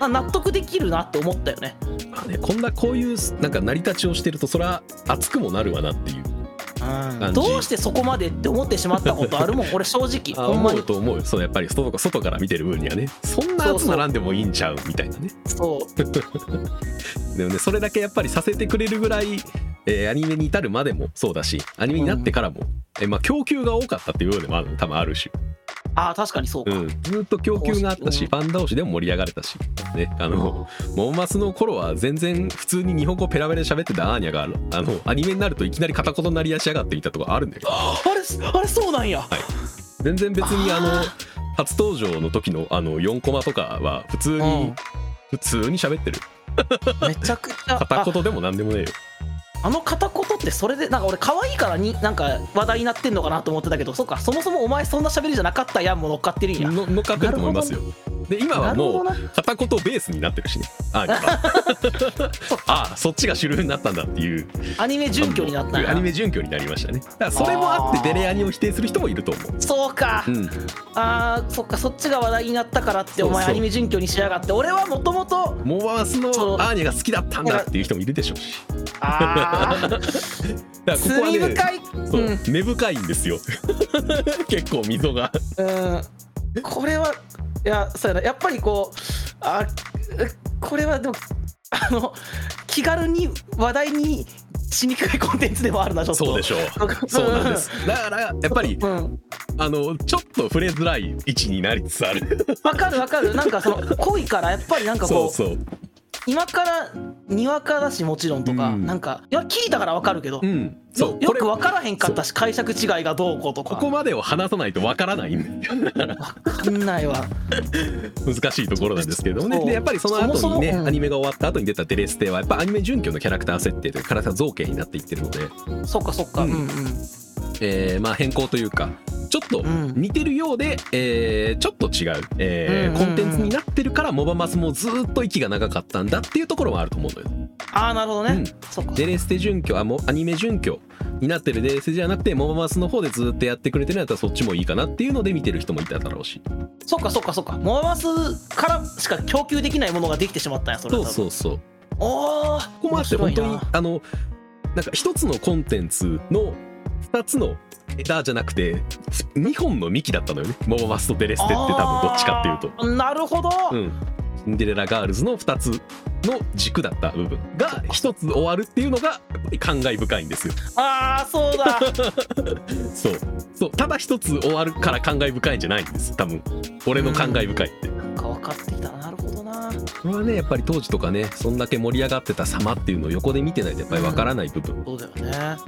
Speaker 2: あ納得できるなって思ったよね。
Speaker 1: まあね、こんなこういうなんか成り立ちをしてるとそら熱くもなるわなっていう
Speaker 2: うん
Speaker 1: 感じ
Speaker 2: どうしてそこまでって思ってしまったことあ
Speaker 1: [laughs]
Speaker 2: るもん俺正直
Speaker 1: あ
Speaker 2: ほんま
Speaker 1: 思う
Speaker 2: に
Speaker 1: と思うよそうやっぱり外外から見てる分にはねそんな熱ならんでもいいんちゃうみたいなね
Speaker 2: そう
Speaker 1: [laughs] でもねそれだけやっぱりさせてくれるぐらい、えーアニメに至るまでもそうだしアニメになってからも、えーまあ、供給が多かったっていう部分でもある多分あるし、
Speaker 2: ああ確かにそうか、
Speaker 1: うん、ずっと供給があったし、
Speaker 2: うん
Speaker 1: ファン同士でも盛り上がれたし、ね、あのモンマスの頃は全然普通に日本語ペラペラ喋ってたアーニャがあのアニメになるといきなり片言になりやしやがっていたとかあるんだけど
Speaker 2: あれあれそうなんや
Speaker 1: 全然別にあの
Speaker 2: あ
Speaker 1: 初登場の時のあの4コマとかは普通に、
Speaker 2: うん
Speaker 1: 普通に喋ってる
Speaker 2: めちゃくちゃ
Speaker 1: 片言でも何でもねえよ
Speaker 2: ああの片言ってそれでなんか俺可愛いからになんか話題になってんのかなと思ってたけどそっかそもそもお前そんな喋りじゃなかったやんも乗っかってるんや
Speaker 1: の乗っかってると思いますよ。で今はも
Speaker 2: なる
Speaker 1: う片言ベースになってるしね。あ
Speaker 2: [laughs]
Speaker 1: ああそっちが主流になったんだっていう
Speaker 2: アニメ準拠になったんや
Speaker 1: アニメ準拠になりましたね。だからそれもあって
Speaker 2: あー
Speaker 1: デレアニを否定する人もいると思う。
Speaker 2: そうか、
Speaker 1: うん、
Speaker 2: あーそっかそっちが話題になったからって
Speaker 1: そうそう
Speaker 2: お前アニメ準拠にしやがって俺はもともと
Speaker 1: モーバスの
Speaker 2: そう
Speaker 1: アーニャが好きだったんだっていう人もいるでしょうし。
Speaker 2: あ
Speaker 1: だ
Speaker 2: あ
Speaker 1: からここは
Speaker 2: 罪
Speaker 1: ね
Speaker 2: 深い
Speaker 1: そう
Speaker 2: うん
Speaker 1: 根深いんですよ [laughs] 結構溝が
Speaker 2: うんこれはいやそうやなやっぱりこうあこれはでもあの気軽に話題にしにくいコンテンツでもあるなちょっと
Speaker 1: そうでしょうそうなんですだからやっぱり
Speaker 2: うんうん
Speaker 1: あのちょっと触れづらい位置になりつつある
Speaker 2: わかるわかるなんかその濃いからやっぱりなんか
Speaker 1: そ
Speaker 2: こ
Speaker 1: う
Speaker 2: う
Speaker 1: そう
Speaker 2: 今からにわかだしもちろんとか、
Speaker 1: うん
Speaker 2: なんかいや聞いたからわかるけど、
Speaker 1: うんそう
Speaker 2: よ
Speaker 1: これ
Speaker 2: くわからへんかったし解釈違いがどうこうとか
Speaker 1: ここまでを話さないとわからないんで
Speaker 2: わかんないわ
Speaker 1: 難しいところなんですけれども
Speaker 2: そ
Speaker 1: ね
Speaker 2: う
Speaker 1: でやっぱりその後にね
Speaker 2: そもそもうん
Speaker 1: アニメが終わった後に出たデレステはやっぱアニメ準拠のキャラクター設定というかキャラクター造形になっていってるので、
Speaker 2: そっかそっか
Speaker 1: う
Speaker 2: うんんうん
Speaker 1: えーまあ変更というかちょっと
Speaker 2: うん
Speaker 1: 似てるようで、えーちょっと違う、えー
Speaker 2: うんうん
Speaker 1: コ
Speaker 2: うん
Speaker 1: ンテンツになってるからモバマスもずーっと息が長かったんだっていうところもあると思うのよ。
Speaker 2: ああなるほどね、
Speaker 1: うん
Speaker 2: そっか
Speaker 1: デレステ準拠あもうアニメ準拠になってるデレステじゃなくてモバマスの方でずーっとやってくれてるんだったらそっちもいいかなっていうので見てる人もいただろうし
Speaker 2: そっかそっかそっかモアマスからしか供給できないものができてしまったんやそれ
Speaker 1: そ
Speaker 2: は
Speaker 1: うそうそう
Speaker 2: 多分おー
Speaker 1: ここもあって
Speaker 2: 面
Speaker 1: 本当
Speaker 2: 白いな
Speaker 1: にあのなんか一つのコンテンツの2つの枝じゃなくて2本の幹だったのよねモバマスとデレステって多分どっちかっていうと。
Speaker 2: あーなるほど、
Speaker 1: うん、シンデレラガールズの2つの軸だった部分が1つ終わるっていうのがやっぱり感慨深いんですよ。
Speaker 2: ああそうだ [laughs]
Speaker 1: そうそうただ1つ終わるから感慨深いんじゃないんです多分俺の感慨深いって。
Speaker 2: なんか分かってきたなるほどな
Speaker 1: これはねやっぱり当時とかねそんだけ盛り上がってた様っていうのを横で見てないとやっぱりわからない部分
Speaker 2: そうだよ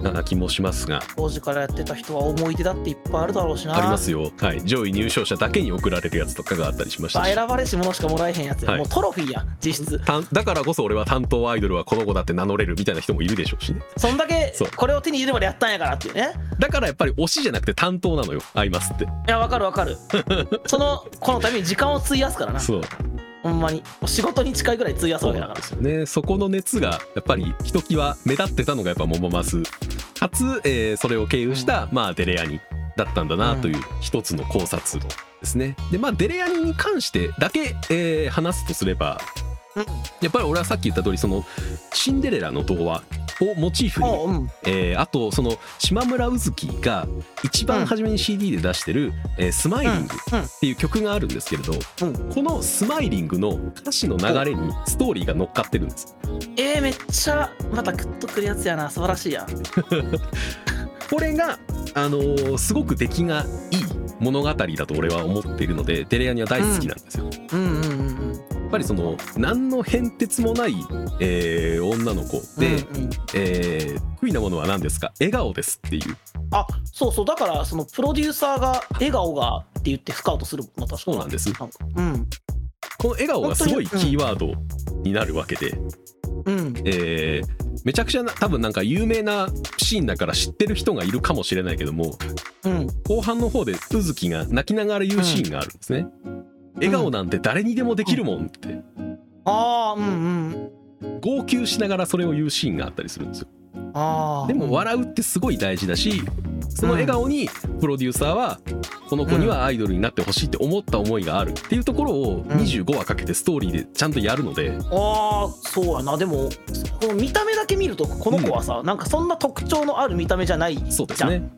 Speaker 2: ね
Speaker 1: な気もしますが
Speaker 2: 当時からやってた人は思い出だっていっぱいあるだろうしな
Speaker 1: ありますよ、はい、上位入賞者だけに送られるやつとかがあったりしましたし
Speaker 2: 選ばれし者しかもらえへんやつ、
Speaker 1: はい
Speaker 2: もうトロフィーやん実質
Speaker 1: たんだからこそ俺は担当アイドルはこの子だって名乗れるみたいな人もいるでしょうしね
Speaker 2: そんだけ
Speaker 1: そう
Speaker 2: これを手に入れるまでやったんやからっていうね
Speaker 1: だからやっぱり推しじゃなくて担当なのよアイマスって
Speaker 2: いやわかるわか
Speaker 1: [laughs]
Speaker 2: るそのこのために時間を費やすからな
Speaker 1: そう
Speaker 2: ほんまに仕事に近いぐらい費やすわけだから
Speaker 1: そうなんですよねそこの熱がやっぱりひときわ目立ってたのがやっぱモモマスかつ、えーそれを経由した、まあデレアニだったんだなという一つの考察ですね、でまあデレアニに関してだけ、えー話すとすれば
Speaker 2: う
Speaker 1: やっぱり俺はさっき言った通りそのシンデレラの童話をモチーフ
Speaker 2: ん
Speaker 1: に、
Speaker 2: おううん
Speaker 1: えーあとその島村うずきが一番初めに CD で出してる「えースマイリング」っていう曲があるんですけれど、
Speaker 2: うん
Speaker 1: この「スマイリング」の歌詞の流れにストーリーが乗っかってるんです
Speaker 2: えー、めっちゃまたグッとくるやつやな素晴らしいやん
Speaker 1: これが、あのーすごく出来がいい物語だと俺は思っているのでデレアニは大好きなんですよ、や
Speaker 2: うんうんうんうん
Speaker 1: っぱりその何の変哲もない、えー女の子で、
Speaker 2: うんうん
Speaker 1: えー得意なものは何ですか笑顔ですっていう
Speaker 2: あそうそうだからそのプロデューサーが笑顔がって言ってスカウトするもん確か
Speaker 1: そうなんですこ
Speaker 2: なんかうん
Speaker 1: の笑顔がすごい
Speaker 2: 本
Speaker 1: キ
Speaker 2: 当に
Speaker 1: ーワードになるわけで、
Speaker 2: うん
Speaker 1: えーめちゃくちゃな多分なんか有名なシーンだから知ってる人がいるかもしれないけども
Speaker 2: うん
Speaker 1: 後半の方でうずきが泣きながら言うシーンがあるんですね、笑顔なんて誰にでもできるもんって、
Speaker 2: ああうんうん
Speaker 1: 号泣しながらそれを言うシーンがあったりするんですよ。
Speaker 2: あー
Speaker 1: でも笑うってすごい大事だしその笑顔にプロデューサーはこの子にはアイドルになってほしいって思った思いがあるっていうところを25話かけてストーリーでちゃんとやるので
Speaker 2: あーそうやなでもこの見た目だけ見るとこの子はさ、なんかそんな特徴のある見た目じゃない
Speaker 1: そうで
Speaker 2: じ
Speaker 1: す
Speaker 2: ゃん
Speaker 1: ね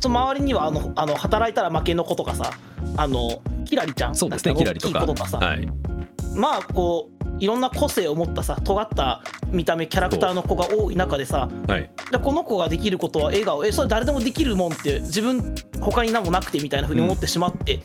Speaker 2: その周りにはあのあの働いたら負けの子とかさあのキラリちゃん
Speaker 1: そうですね
Speaker 2: な
Speaker 1: キ
Speaker 2: ん
Speaker 1: ラ
Speaker 2: か大
Speaker 1: リ
Speaker 2: き
Speaker 1: と
Speaker 2: い
Speaker 1: か
Speaker 2: 子とかさ、
Speaker 1: はい
Speaker 2: まあこういろんな個性を持ったさ尖った見た目キャラクターの子が多い中でさ
Speaker 1: はい
Speaker 2: でこの子ができることは笑顔えそれ誰でもできるもんって自分他に何もなくてみたいな風に思ってしまって、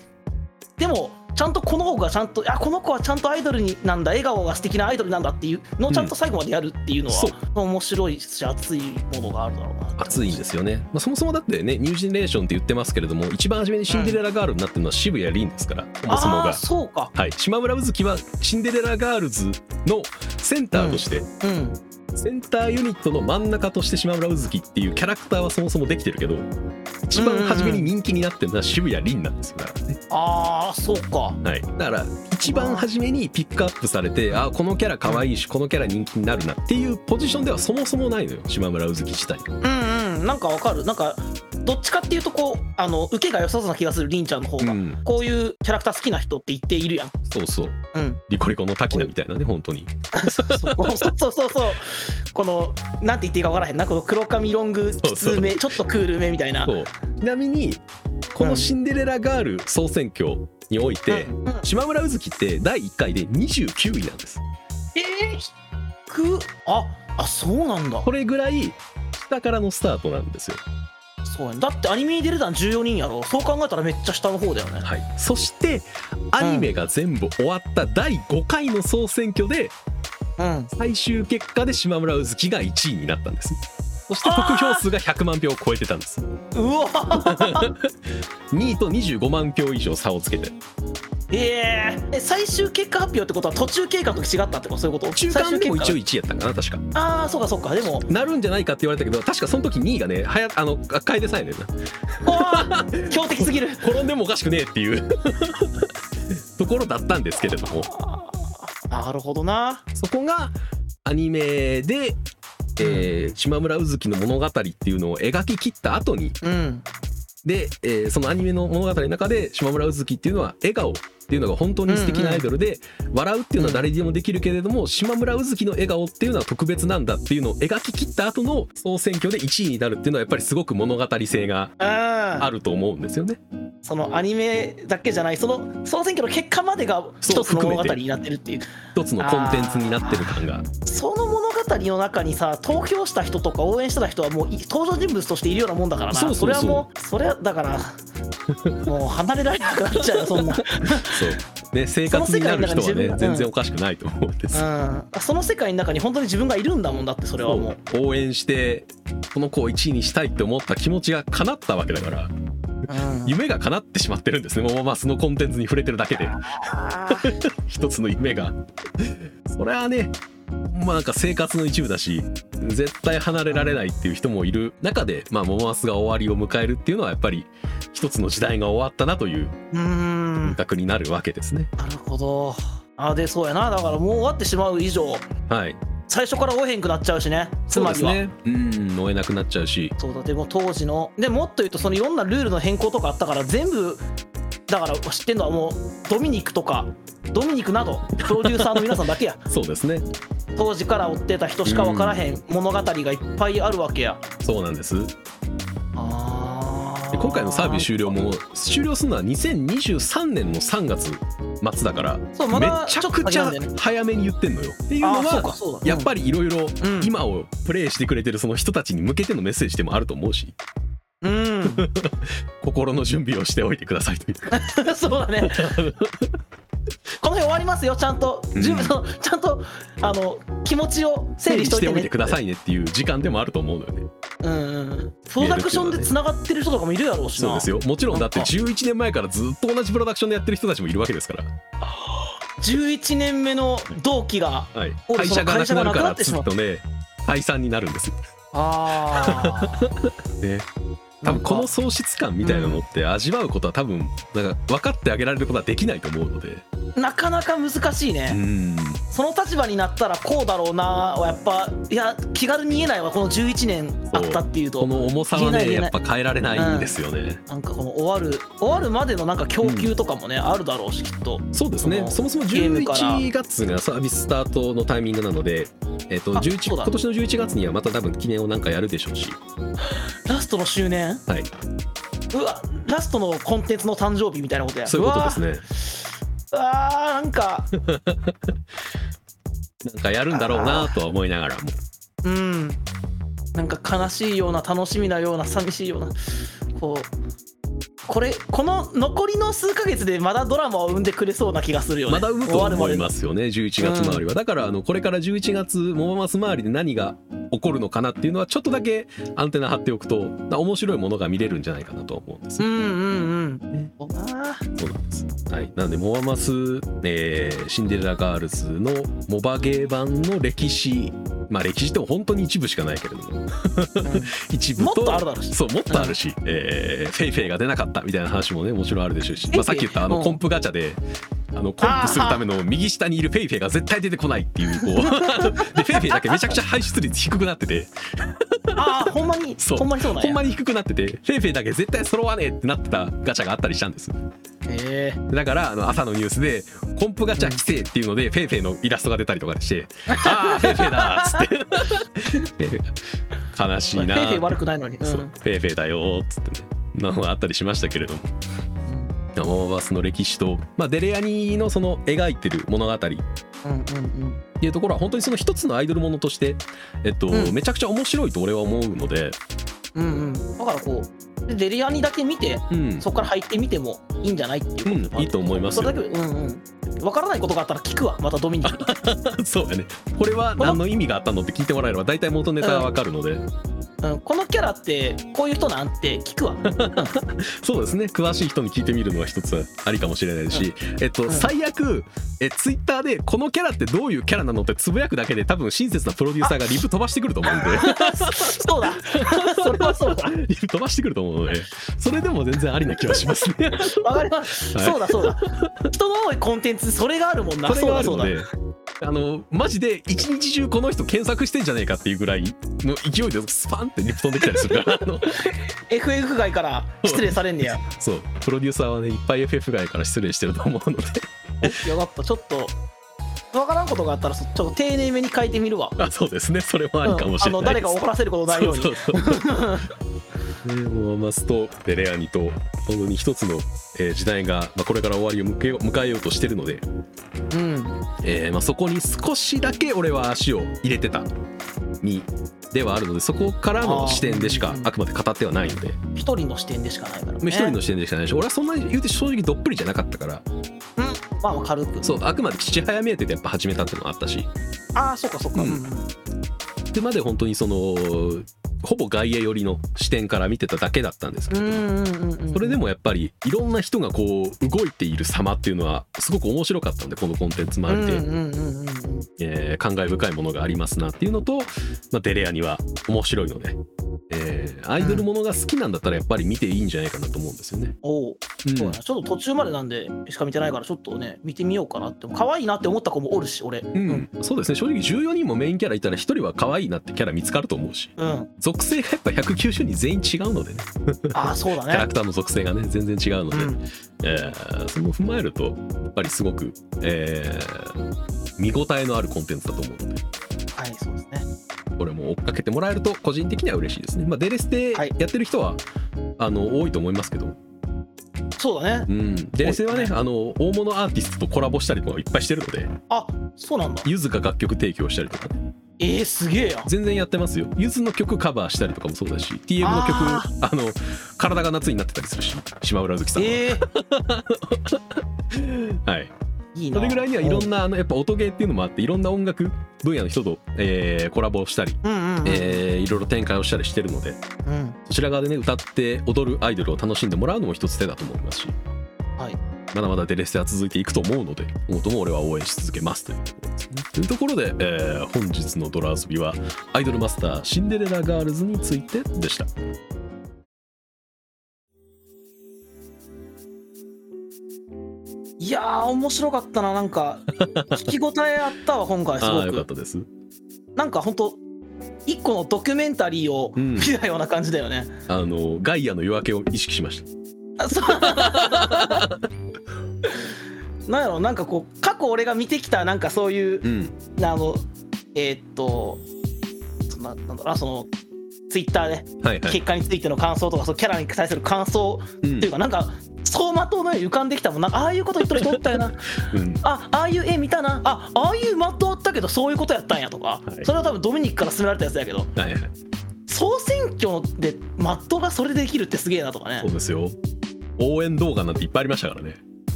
Speaker 2: でもちゃんとこの子がちゃんとあこの子はちゃんとアイドルになんだ笑顔が素敵なアイドルなんだっていうのをちゃんと最後までやるっていうのは
Speaker 1: そう、
Speaker 2: 面白いし熱いものがあるだろうな
Speaker 1: 熱いんですよね、まあ、そもそもだってねニュージェネレーションって言ってますけれども一番初めにシンデレラガールになってるのは渋谷凛ですからそもそも
Speaker 2: ああー
Speaker 1: が。
Speaker 2: そうか
Speaker 1: はい、島村瑞希はシンデレラガールズのセンターとして、
Speaker 2: うん
Speaker 1: センターユニットの真ん中として島村うずきっていうキャラクターはそもそもできてるけど一番初めに人気になってるのは渋谷凛なんですよだからね、
Speaker 2: ああそうか
Speaker 1: はい、だから一番初めにピックアップされてあこのキャラ可愛いしこのキャラ人気になるなっていうポジションではそもそもないのよ島村うずき自体
Speaker 2: うんうんなんかわかるなんかどっちかっていうとこうあの受けが良さそうな気がするりんちゃんの方
Speaker 1: う
Speaker 2: が、
Speaker 1: ん
Speaker 2: こういうキャラクター好きな人って言っているやん
Speaker 1: そうそう
Speaker 2: うん
Speaker 1: リコリコの滝名みたいなね本当に
Speaker 2: そうそうそうそうこのなんて言っていいか分からへんなこの黒髪ロングきつめちょっとクールめみたいな
Speaker 1: そうちなみにこのシンデレラガール総選挙において、
Speaker 2: うんうん
Speaker 1: 島村うずきって第1回で29位なんです
Speaker 2: えー、低っああそうなんだ
Speaker 1: これぐらい下からのスタートなんですよ
Speaker 2: そうやんだってアニメに出れたの14人やろそう考えたらめっちゃ下の方だよね
Speaker 1: はい、そしてアニメが全部終わった第5回の総選挙で
Speaker 2: うん
Speaker 1: 最終結果で島村うずきが1位になったんですそして得票数が100万票を超えてたんです
Speaker 2: うわ [laughs]
Speaker 1: 2位と25万票以上差をつけて
Speaker 2: えー、え最終結果発表ってことは途中経過と違ったってことそういうこと
Speaker 1: 中間でも一応
Speaker 2: 応
Speaker 1: 1位やったんかな確か
Speaker 2: ああそうかそうか
Speaker 1: [laughs]
Speaker 2: でも
Speaker 1: なるんじゃないかって言われたけど確かその時2位がねはやあの楓さんやねんな
Speaker 2: うわー強敵すぎる
Speaker 1: 転んでもおかしくねえっていう [laughs] ところだったんですけれども
Speaker 2: あーなるほどな
Speaker 1: そこがアニメで、えー島村うずきの物語っていうのを描き切った後に
Speaker 2: うん
Speaker 1: で、えーそのアニメの物語の中で島村うずきっていうのは笑顔っていうのが本当に素敵なアイドルで、笑うっていうのは誰にでもできるけれども、島村うずきの笑顔っていうのは特別なんだっていうのを描き切った後の総選挙で1位になるっていうのはやっぱりすごく物語性が
Speaker 2: あ
Speaker 1: あると思うんですよね。
Speaker 2: そのアニメだけじゃないその総選挙の結果までが
Speaker 1: そう
Speaker 2: 一つの
Speaker 1: 含
Speaker 2: 物
Speaker 1: め
Speaker 2: 語
Speaker 1: て
Speaker 2: になってるっていう
Speaker 1: 一つのコンテンツになってる感が
Speaker 2: その物語の中にさ投票した人とか応援してた人はもうい登場人物としているようなもんだからな
Speaker 1: そうそうそう
Speaker 2: れはもうそれはだからもう離れられ [laughs] なくなっちゃうよ
Speaker 1: [laughs]
Speaker 2: そんな、
Speaker 1: そう、ね、生活になる人は
Speaker 2: その世界の中に自分
Speaker 1: ね
Speaker 2: が
Speaker 1: 全然おかしくないと思うんです
Speaker 2: うん、その世界の中に本当に自分がいるんだもんだってそれはもう
Speaker 1: そう応援してこの子を1位にしたいって思った気持ちが叶ったわけだから
Speaker 2: うん
Speaker 1: 夢が叶ってしまってるんですねもうまあそのコンテンツに触れてるだけで
Speaker 2: あー
Speaker 1: 一つの夢がそれはねまあなんか生活の一部だし絶対離れられないっていう人もいる中でまあモモマスが終わりを迎えるっていうのはやっぱり一つの時代が終わったなという
Speaker 2: うーん
Speaker 1: 感覚になるわけですね
Speaker 2: なるほどあでそうやなだからもう終わってしまう以上
Speaker 1: はい
Speaker 2: 最初から追えへんくなっちゃうしねつまり
Speaker 1: そう
Speaker 2: は
Speaker 1: ですねうん追えなくなっちゃうし
Speaker 2: そうだでも当時のでもっと言うとそのいろんなルールの変更とかあったから全部だから知ってるのはもうドミニクとかドミニクなどプロデューサーの皆さんだけ [laughs] や
Speaker 1: そうですね
Speaker 2: 当時から追ってた人しか分からへん物語がいっぱいあるわけや
Speaker 1: そうなんです
Speaker 2: あ
Speaker 1: で今回のサービス終了も終了するのは2023年の3月末だから
Speaker 2: そうま
Speaker 1: め
Speaker 2: だ
Speaker 1: ちゃ
Speaker 2: ょっ
Speaker 1: く
Speaker 2: と先
Speaker 1: ち
Speaker 2: なん
Speaker 1: ゃ
Speaker 2: だよね
Speaker 1: 早めに言ってんのよっていうの
Speaker 2: あーそう
Speaker 1: は
Speaker 2: かそうだ
Speaker 1: やっぱりいろいろ
Speaker 2: うん
Speaker 1: 今をプレイしてくれてるその人たちに向けてのメッセージでもあると思うし
Speaker 2: うん [laughs]
Speaker 1: 心の準備をしておいてくださいというか
Speaker 2: そう
Speaker 1: [laughs]
Speaker 2: だねこの辺終わりますよちゃんと、
Speaker 1: うん
Speaker 2: 準備そのちゃんとあの気持ちを整
Speaker 1: 整
Speaker 2: 理
Speaker 1: 理
Speaker 2: して
Speaker 1: し
Speaker 2: おい
Speaker 1: て
Speaker 2: て,、ね、
Speaker 1: おいてくださいねっていう時間でもあると思うのよね
Speaker 2: うんうんプロダクションでつながってる人とかもいるやろうしな
Speaker 1: そうですよもちろんだって
Speaker 2: なんか
Speaker 1: 11年前からずっと同じプロダクションでやってる人たちもいるわけですから、
Speaker 2: 11年目の同期が
Speaker 1: はい、会
Speaker 2: 俺
Speaker 1: 社がなくなるか
Speaker 2: その会社がなくな
Speaker 1: ら
Speaker 2: ってし
Speaker 1: ず
Speaker 2: ま
Speaker 1: っ
Speaker 2: う
Speaker 1: とね解散になるんですよ
Speaker 2: ああ
Speaker 1: ね多分この喪失感みたいなのって味わうことは多分なんか分かってあげられることはできないと思うので
Speaker 2: なかなか難しいね、
Speaker 1: うん
Speaker 2: その立場になったらこうだろうなはやっぱいや気軽に言えないわこの11年あったっていうと
Speaker 1: この重さは
Speaker 2: 言
Speaker 1: ね
Speaker 2: えない言え
Speaker 1: や
Speaker 2: な
Speaker 1: っ
Speaker 2: い
Speaker 1: ぱ変えられないんですよね、
Speaker 2: なんかこの終わる終わるまでのなんか供給とかもね、あるだろうしきっと
Speaker 1: そうですねそ
Speaker 2: そ
Speaker 1: もそも
Speaker 2: ゲームから
Speaker 1: 11月がサービススタートのタイミングなので、えっと
Speaker 2: あ
Speaker 1: 11
Speaker 2: そうだ
Speaker 1: 今年の11月にはまた多分記念をなんかやるでしょうし、
Speaker 2: ラストの周年
Speaker 1: はいう
Speaker 2: わラストのコンテンツの誕生日みたいなことや
Speaker 1: そういうことですね
Speaker 2: うわーうわーなんか
Speaker 1: なんかやるんだろうなとは思いながらも
Speaker 2: うんなんか悲しいような楽しみなような寂しいようなこうこれこの残りの数ヶ月でまだドラマを生んでくれそうな気がするよね
Speaker 1: まだ産むと
Speaker 2: 終わるま
Speaker 1: 思
Speaker 2: で
Speaker 1: い
Speaker 2: の
Speaker 1: ますよね11月周りは、だからあのこれから11月モママス周りで何が起こるのかなっていうのはちょっとだけアンテナ張っておくとな面白いものが見れるんじゃないかなとは思うんです
Speaker 2: うんうんうん
Speaker 1: ね
Speaker 2: そうだな
Speaker 1: そうなんですはいなのでモママス、えーシンデレラガールズのモバゲー版の歴史まあ歴史っても本当に一部しかないけれども一部と
Speaker 2: もっとあるだろうし
Speaker 1: そうもっとあるし、えーフェイフェイが出なかったみたいな話もねもちろんあるでしょうし、まあ、さっき言ったあ
Speaker 2: う
Speaker 1: の
Speaker 2: ん
Speaker 1: コンプガチャであのコンプするための右下にいるフェイフェイが絶対出てこないっていうこう
Speaker 2: [laughs]
Speaker 1: でフェイフェイだけめちゃくちゃ排出率低くなってて
Speaker 2: ああほんまに
Speaker 1: そう
Speaker 2: ほんまにそうなんや
Speaker 1: ほんまに低くなっててフェイフェイだけ絶対揃わねえってなってたガチャがあったりしたんです
Speaker 2: へえ
Speaker 1: だからあの朝のニュースでコンプガチャ規制っていうのでフェイフェイのイラストが出たりとか
Speaker 2: [laughs]
Speaker 1: して「ああフェイフェイだ」っつってフェイフェイ悲し
Speaker 2: ペ
Speaker 1: い
Speaker 2: イ [laughs]
Speaker 1: な
Speaker 2: ペイ悪くないのに、う
Speaker 1: そうんフェイフェイだよーっつってねなのがあったりしましたけれども。モーバスの歴史と、まあ、デレアニのその描いてる物語って
Speaker 2: うんうん
Speaker 1: いうところは本当にその一つのアイドルものとして、えっと
Speaker 2: うん
Speaker 1: めちゃくちゃ面白いと俺は思うので、
Speaker 2: うんうんうんだからこうでデリアにだけ見て
Speaker 1: うん、
Speaker 2: そこから入ってみてもいいんじゃないっていうことで
Speaker 1: う
Speaker 2: もある
Speaker 1: んいいと思いますよ
Speaker 2: それだけうんうん分からないことがあったら聞くわまたドミニク
Speaker 1: [laughs]
Speaker 2: に
Speaker 1: そうやねこれは何の意味があったのって聞いてもらえれば大体元ネタはわかるので、
Speaker 2: うん、このキャラってこういう人なんて聞
Speaker 1: [laughs]
Speaker 2: くわ
Speaker 1: そうですね詳しい人に聞いてみるのは一つありかもしれないし、えっと、
Speaker 2: うん
Speaker 1: 最悪えツイッターでこのキャラってどういうキャラなのってつぶやくだけで多分親切なプロデューサーがリプ飛ばしてくると思うんで
Speaker 2: そうだそれはそうだ
Speaker 1: リ [laughs] プ飛ばしてくると思うのでそれでも全然ありな気はしますね。
Speaker 2: わかります、
Speaker 1: はい
Speaker 2: そうだそうだ人の多いコンテンツそ [laughs] れがあるもんな
Speaker 1: それがある
Speaker 2: そう
Speaker 1: の
Speaker 2: だそう
Speaker 1: であのマジで一日中この人検索してんじゃねえかっていうぐらいの勢いでスパンってリプ飛んできたりするからあ [laughs] の
Speaker 2: だ FF 外から失礼されん
Speaker 1: [laughs]
Speaker 2: ねや
Speaker 1: そうプロデューサーはねいっぱい FF 外から失礼してると思う
Speaker 2: [laughs]
Speaker 1: ので
Speaker 2: いややっぱちょっと分からんことがあったらそちょっと丁寧めに書いてみるわ
Speaker 1: あそうですねそれもありかもしれ
Speaker 2: うんあ
Speaker 1: な
Speaker 2: の
Speaker 1: い
Speaker 2: 誰
Speaker 1: です
Speaker 2: か怒らせることないように
Speaker 1: そうそうそうねもうマスとベレアニと本当に一つの、えー時代が、まあ、これから終わりを迎えよう迎えようとしてるので、
Speaker 2: うん
Speaker 1: えーまあ、そこに少しだけ俺は足を入れてたにではあるのでそこからの視点でし
Speaker 2: あ
Speaker 1: か
Speaker 2: ー
Speaker 1: あくまで語ってはないのでま
Speaker 2: 一人の視点でしかないからね
Speaker 1: あ一人の視点でしかないし俺はそんなに言うて正直どっぷりじゃなかったから
Speaker 2: うんまあまあ軽く
Speaker 1: そうあくまで父早目当てでやっぱ始めたっていうのもあったし
Speaker 2: ああそうかそうか、
Speaker 1: うん
Speaker 2: うんうん
Speaker 1: でまで本当にそのほぼ外野寄りの視点から見てただけだったんですけ
Speaker 2: う
Speaker 1: ど、
Speaker 2: んうんうんうん
Speaker 1: それでもやっぱりいろんな人がこう動いている様っていうのはすごく面白かったんでこのコンテンツもあ
Speaker 2: う
Speaker 1: る
Speaker 2: んう
Speaker 1: で、
Speaker 2: んうんうんうん
Speaker 1: えー感慨深いものがありますなっていうのと、まあ、デレアには面白いので、えーアイドルものが好きなんだったらやっぱり見ていいんじゃないかなと思うんですよね。
Speaker 2: おう
Speaker 1: うん
Speaker 2: そうだなちょっと途中までなんでしか見てないからちょっとね見てみようかなって可愛いなって思った子もおるし俺う
Speaker 1: うんそうですね正直14人もメインキャラいたら1人は可愛いなってキャラ見つかると思うし [laughs]
Speaker 2: うん
Speaker 1: 属性がやっぱ190人全員違うのでね
Speaker 2: ああそうだ
Speaker 1: キャラ
Speaker 2: ね
Speaker 1: クターの属性がね全然違うの
Speaker 2: う
Speaker 1: で、
Speaker 2: ん
Speaker 1: えーそれも踏まえるとやっぱりすごく、えー見応えのあるコンテンツだと思うので
Speaker 2: はいそうですね
Speaker 1: これも追っかけてもらえると個人的には嬉しいですね。まあ、デレスで
Speaker 2: はい
Speaker 1: やってる人は、あの多いと思いますけど、
Speaker 2: そうだね
Speaker 1: うん、デレスでは
Speaker 2: 多い
Speaker 1: ね
Speaker 2: です
Speaker 1: あの大物アーティストとコラボしたりとかいっぱいしてるので
Speaker 2: あそうなんだ
Speaker 1: ゆずが楽曲提供したりとかね
Speaker 2: えー、すげえやん
Speaker 1: 全然やってますよゆずの曲カバーしたりとかもそうだし TM の曲あ
Speaker 2: あ
Speaker 1: の体が夏になってたりするし島浦月さんは、
Speaker 2: えー、
Speaker 1: はい、
Speaker 2: いいな
Speaker 1: それぐらいにはいろんなあのやっぱ音ゲーっていうのもあっていろんな音楽分野の人と、えーコラボしたり、
Speaker 2: うんうんうん、
Speaker 1: えーいろいろ展開をしたりしてるので
Speaker 2: うん
Speaker 1: そちら側でね歌って踊るアイドルを楽しんでもらうのも一つ手だと思いますし、
Speaker 2: はい
Speaker 1: まだまだデレステは続いていくと思うので今後とも俺は応援し続けますというところですね。というところで、えー本日の「ドラ遊び」はアイドルマスターシンデレラガールズについてでした。
Speaker 2: いやー面白かったななんか聞き応えあったわ今回す
Speaker 1: あ
Speaker 2: ご
Speaker 1: あよかっ
Speaker 2: く
Speaker 1: たです
Speaker 2: なんか本当一個のドキュメンタリーを
Speaker 1: うん
Speaker 2: 見たような感じだ
Speaker 1: [laughs]
Speaker 2: よね、
Speaker 1: あのガイアの夜明けを意識しました
Speaker 2: あそうなんやろなんかこう過去俺が見てきたなんかそういう
Speaker 1: うん
Speaker 2: あのえーっとそんななんだろうなそのツイッターで
Speaker 1: はいはい、
Speaker 2: 結果についての感想とか、そのキャラに対する感想
Speaker 1: うん
Speaker 2: っていうかなんか走馬灯のように浮かんできたもんなんかああいうこと言っとる人おっ
Speaker 1: [laughs]
Speaker 2: たよな
Speaker 1: うん
Speaker 2: あああいう絵見たなあああいうマットあったけどそういうことやったんやと
Speaker 1: は
Speaker 2: か、
Speaker 1: い
Speaker 2: それは多分ドミニクから勧められたやつやけど
Speaker 1: はいはい
Speaker 2: 総選挙でマットがそれできるってすげえなとかね
Speaker 1: そうですよ応援動画なんていっぱいありましたからね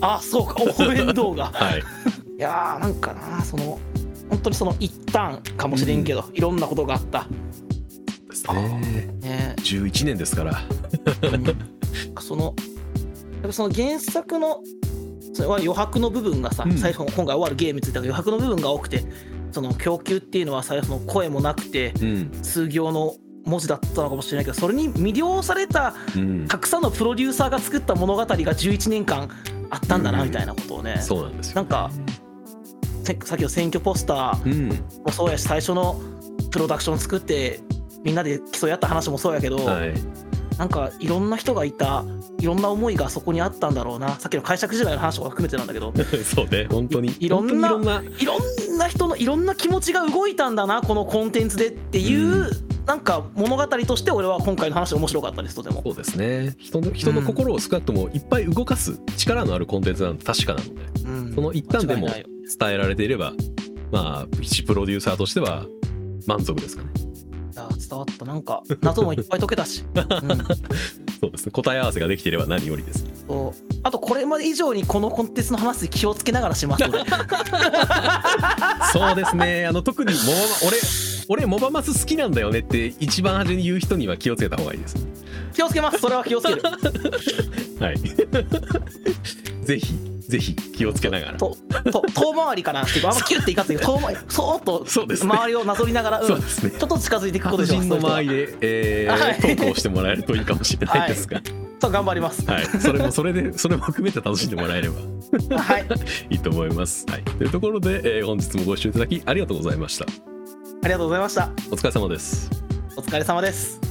Speaker 2: あそうか応援動画 [laughs]
Speaker 1: はい
Speaker 2: いやーなんかなその本当にその一旦かもしれんけど、いろんなことがあった、
Speaker 1: です
Speaker 2: あ
Speaker 1: ね
Speaker 2: ね
Speaker 1: 11年ですから
Speaker 2: うんそのやっぱその原作のそれは余白の部分がさ、
Speaker 1: うん
Speaker 2: 最後の今回終わるゲームについては余白の部分が多くてその供給っていうのは最後の声もなくて
Speaker 1: うん
Speaker 2: 数行の文字だったのかもしれないけどそれに魅了された
Speaker 1: うん
Speaker 2: たくさんのプロデューサーが作った物語が11年間あったんだ
Speaker 1: う
Speaker 2: なんみたいなことをね、
Speaker 1: そうなんですよ
Speaker 2: なんかせさっきの選挙ポスタ
Speaker 1: う
Speaker 2: ー
Speaker 1: ん
Speaker 2: もそうやし最初のプロダクション作ってみんなで競い合った話もそうやけど、
Speaker 1: はい
Speaker 2: なんかいろんな人がいたいろんな思いがそこにあったんだろうなさっきの解釈時代の話とか含めてなんだ
Speaker 1: [laughs]
Speaker 2: けど
Speaker 1: [laughs] そうね本当に
Speaker 2: いいろんな
Speaker 1: 本当にいろんない
Speaker 2: ろんな人のいろんな気持ちが動いたんだなこのコンテンツでっていう、
Speaker 1: う
Speaker 2: なんか物語として俺は今回の話面白かったですとても
Speaker 1: そうですね人の人の心を少なくともいっぱい動かす力のあるコンテンツなんて確かなので
Speaker 2: うん
Speaker 1: その一旦でも
Speaker 2: 間違いないよ
Speaker 1: 伝えられていればまあ一プロデューサーとしては満足ですかね
Speaker 2: いや伝わったなんか謎もいっぱい解けた
Speaker 1: [laughs]
Speaker 2: し、うん
Speaker 1: そうですね答え合わせができていれば何よりです
Speaker 2: そうあとこれまで以上にこのコンテンツの話気をつけながらします
Speaker 1: [laughs]
Speaker 2: ので
Speaker 1: そうです
Speaker 2: [laughs]
Speaker 1: ねあの特にモバ俺俺モバマス好きなんだよねって一番初めに言う人には気をつけた方がいいです
Speaker 2: 気をつけますそれは気をつ
Speaker 1: [laughs]
Speaker 2: ける
Speaker 1: はい [laughs] ぜひぜひ気をつけながら
Speaker 2: とと遠回りかなっていうかあんまキュッていかずに遠回りそーっと
Speaker 1: そうですね
Speaker 2: 周りをなぞりながら、うん
Speaker 1: そうですね
Speaker 2: ちょっと近づいていくこと
Speaker 1: 白
Speaker 2: でしょう
Speaker 1: 人の周りで、えー
Speaker 2: はい
Speaker 1: トークをしてもらえるといいかもしれないですが、
Speaker 2: そう頑張ります。
Speaker 1: はい、それもそれでそれも含めて楽しんでもらえれば
Speaker 2: はい、 [laughs] あ
Speaker 1: いいと思います。はい、というところで、えー本日もご視聴いただきありがとうございました。
Speaker 2: りがとうございました。
Speaker 1: お疲れ様です。
Speaker 2: お疲れ様です。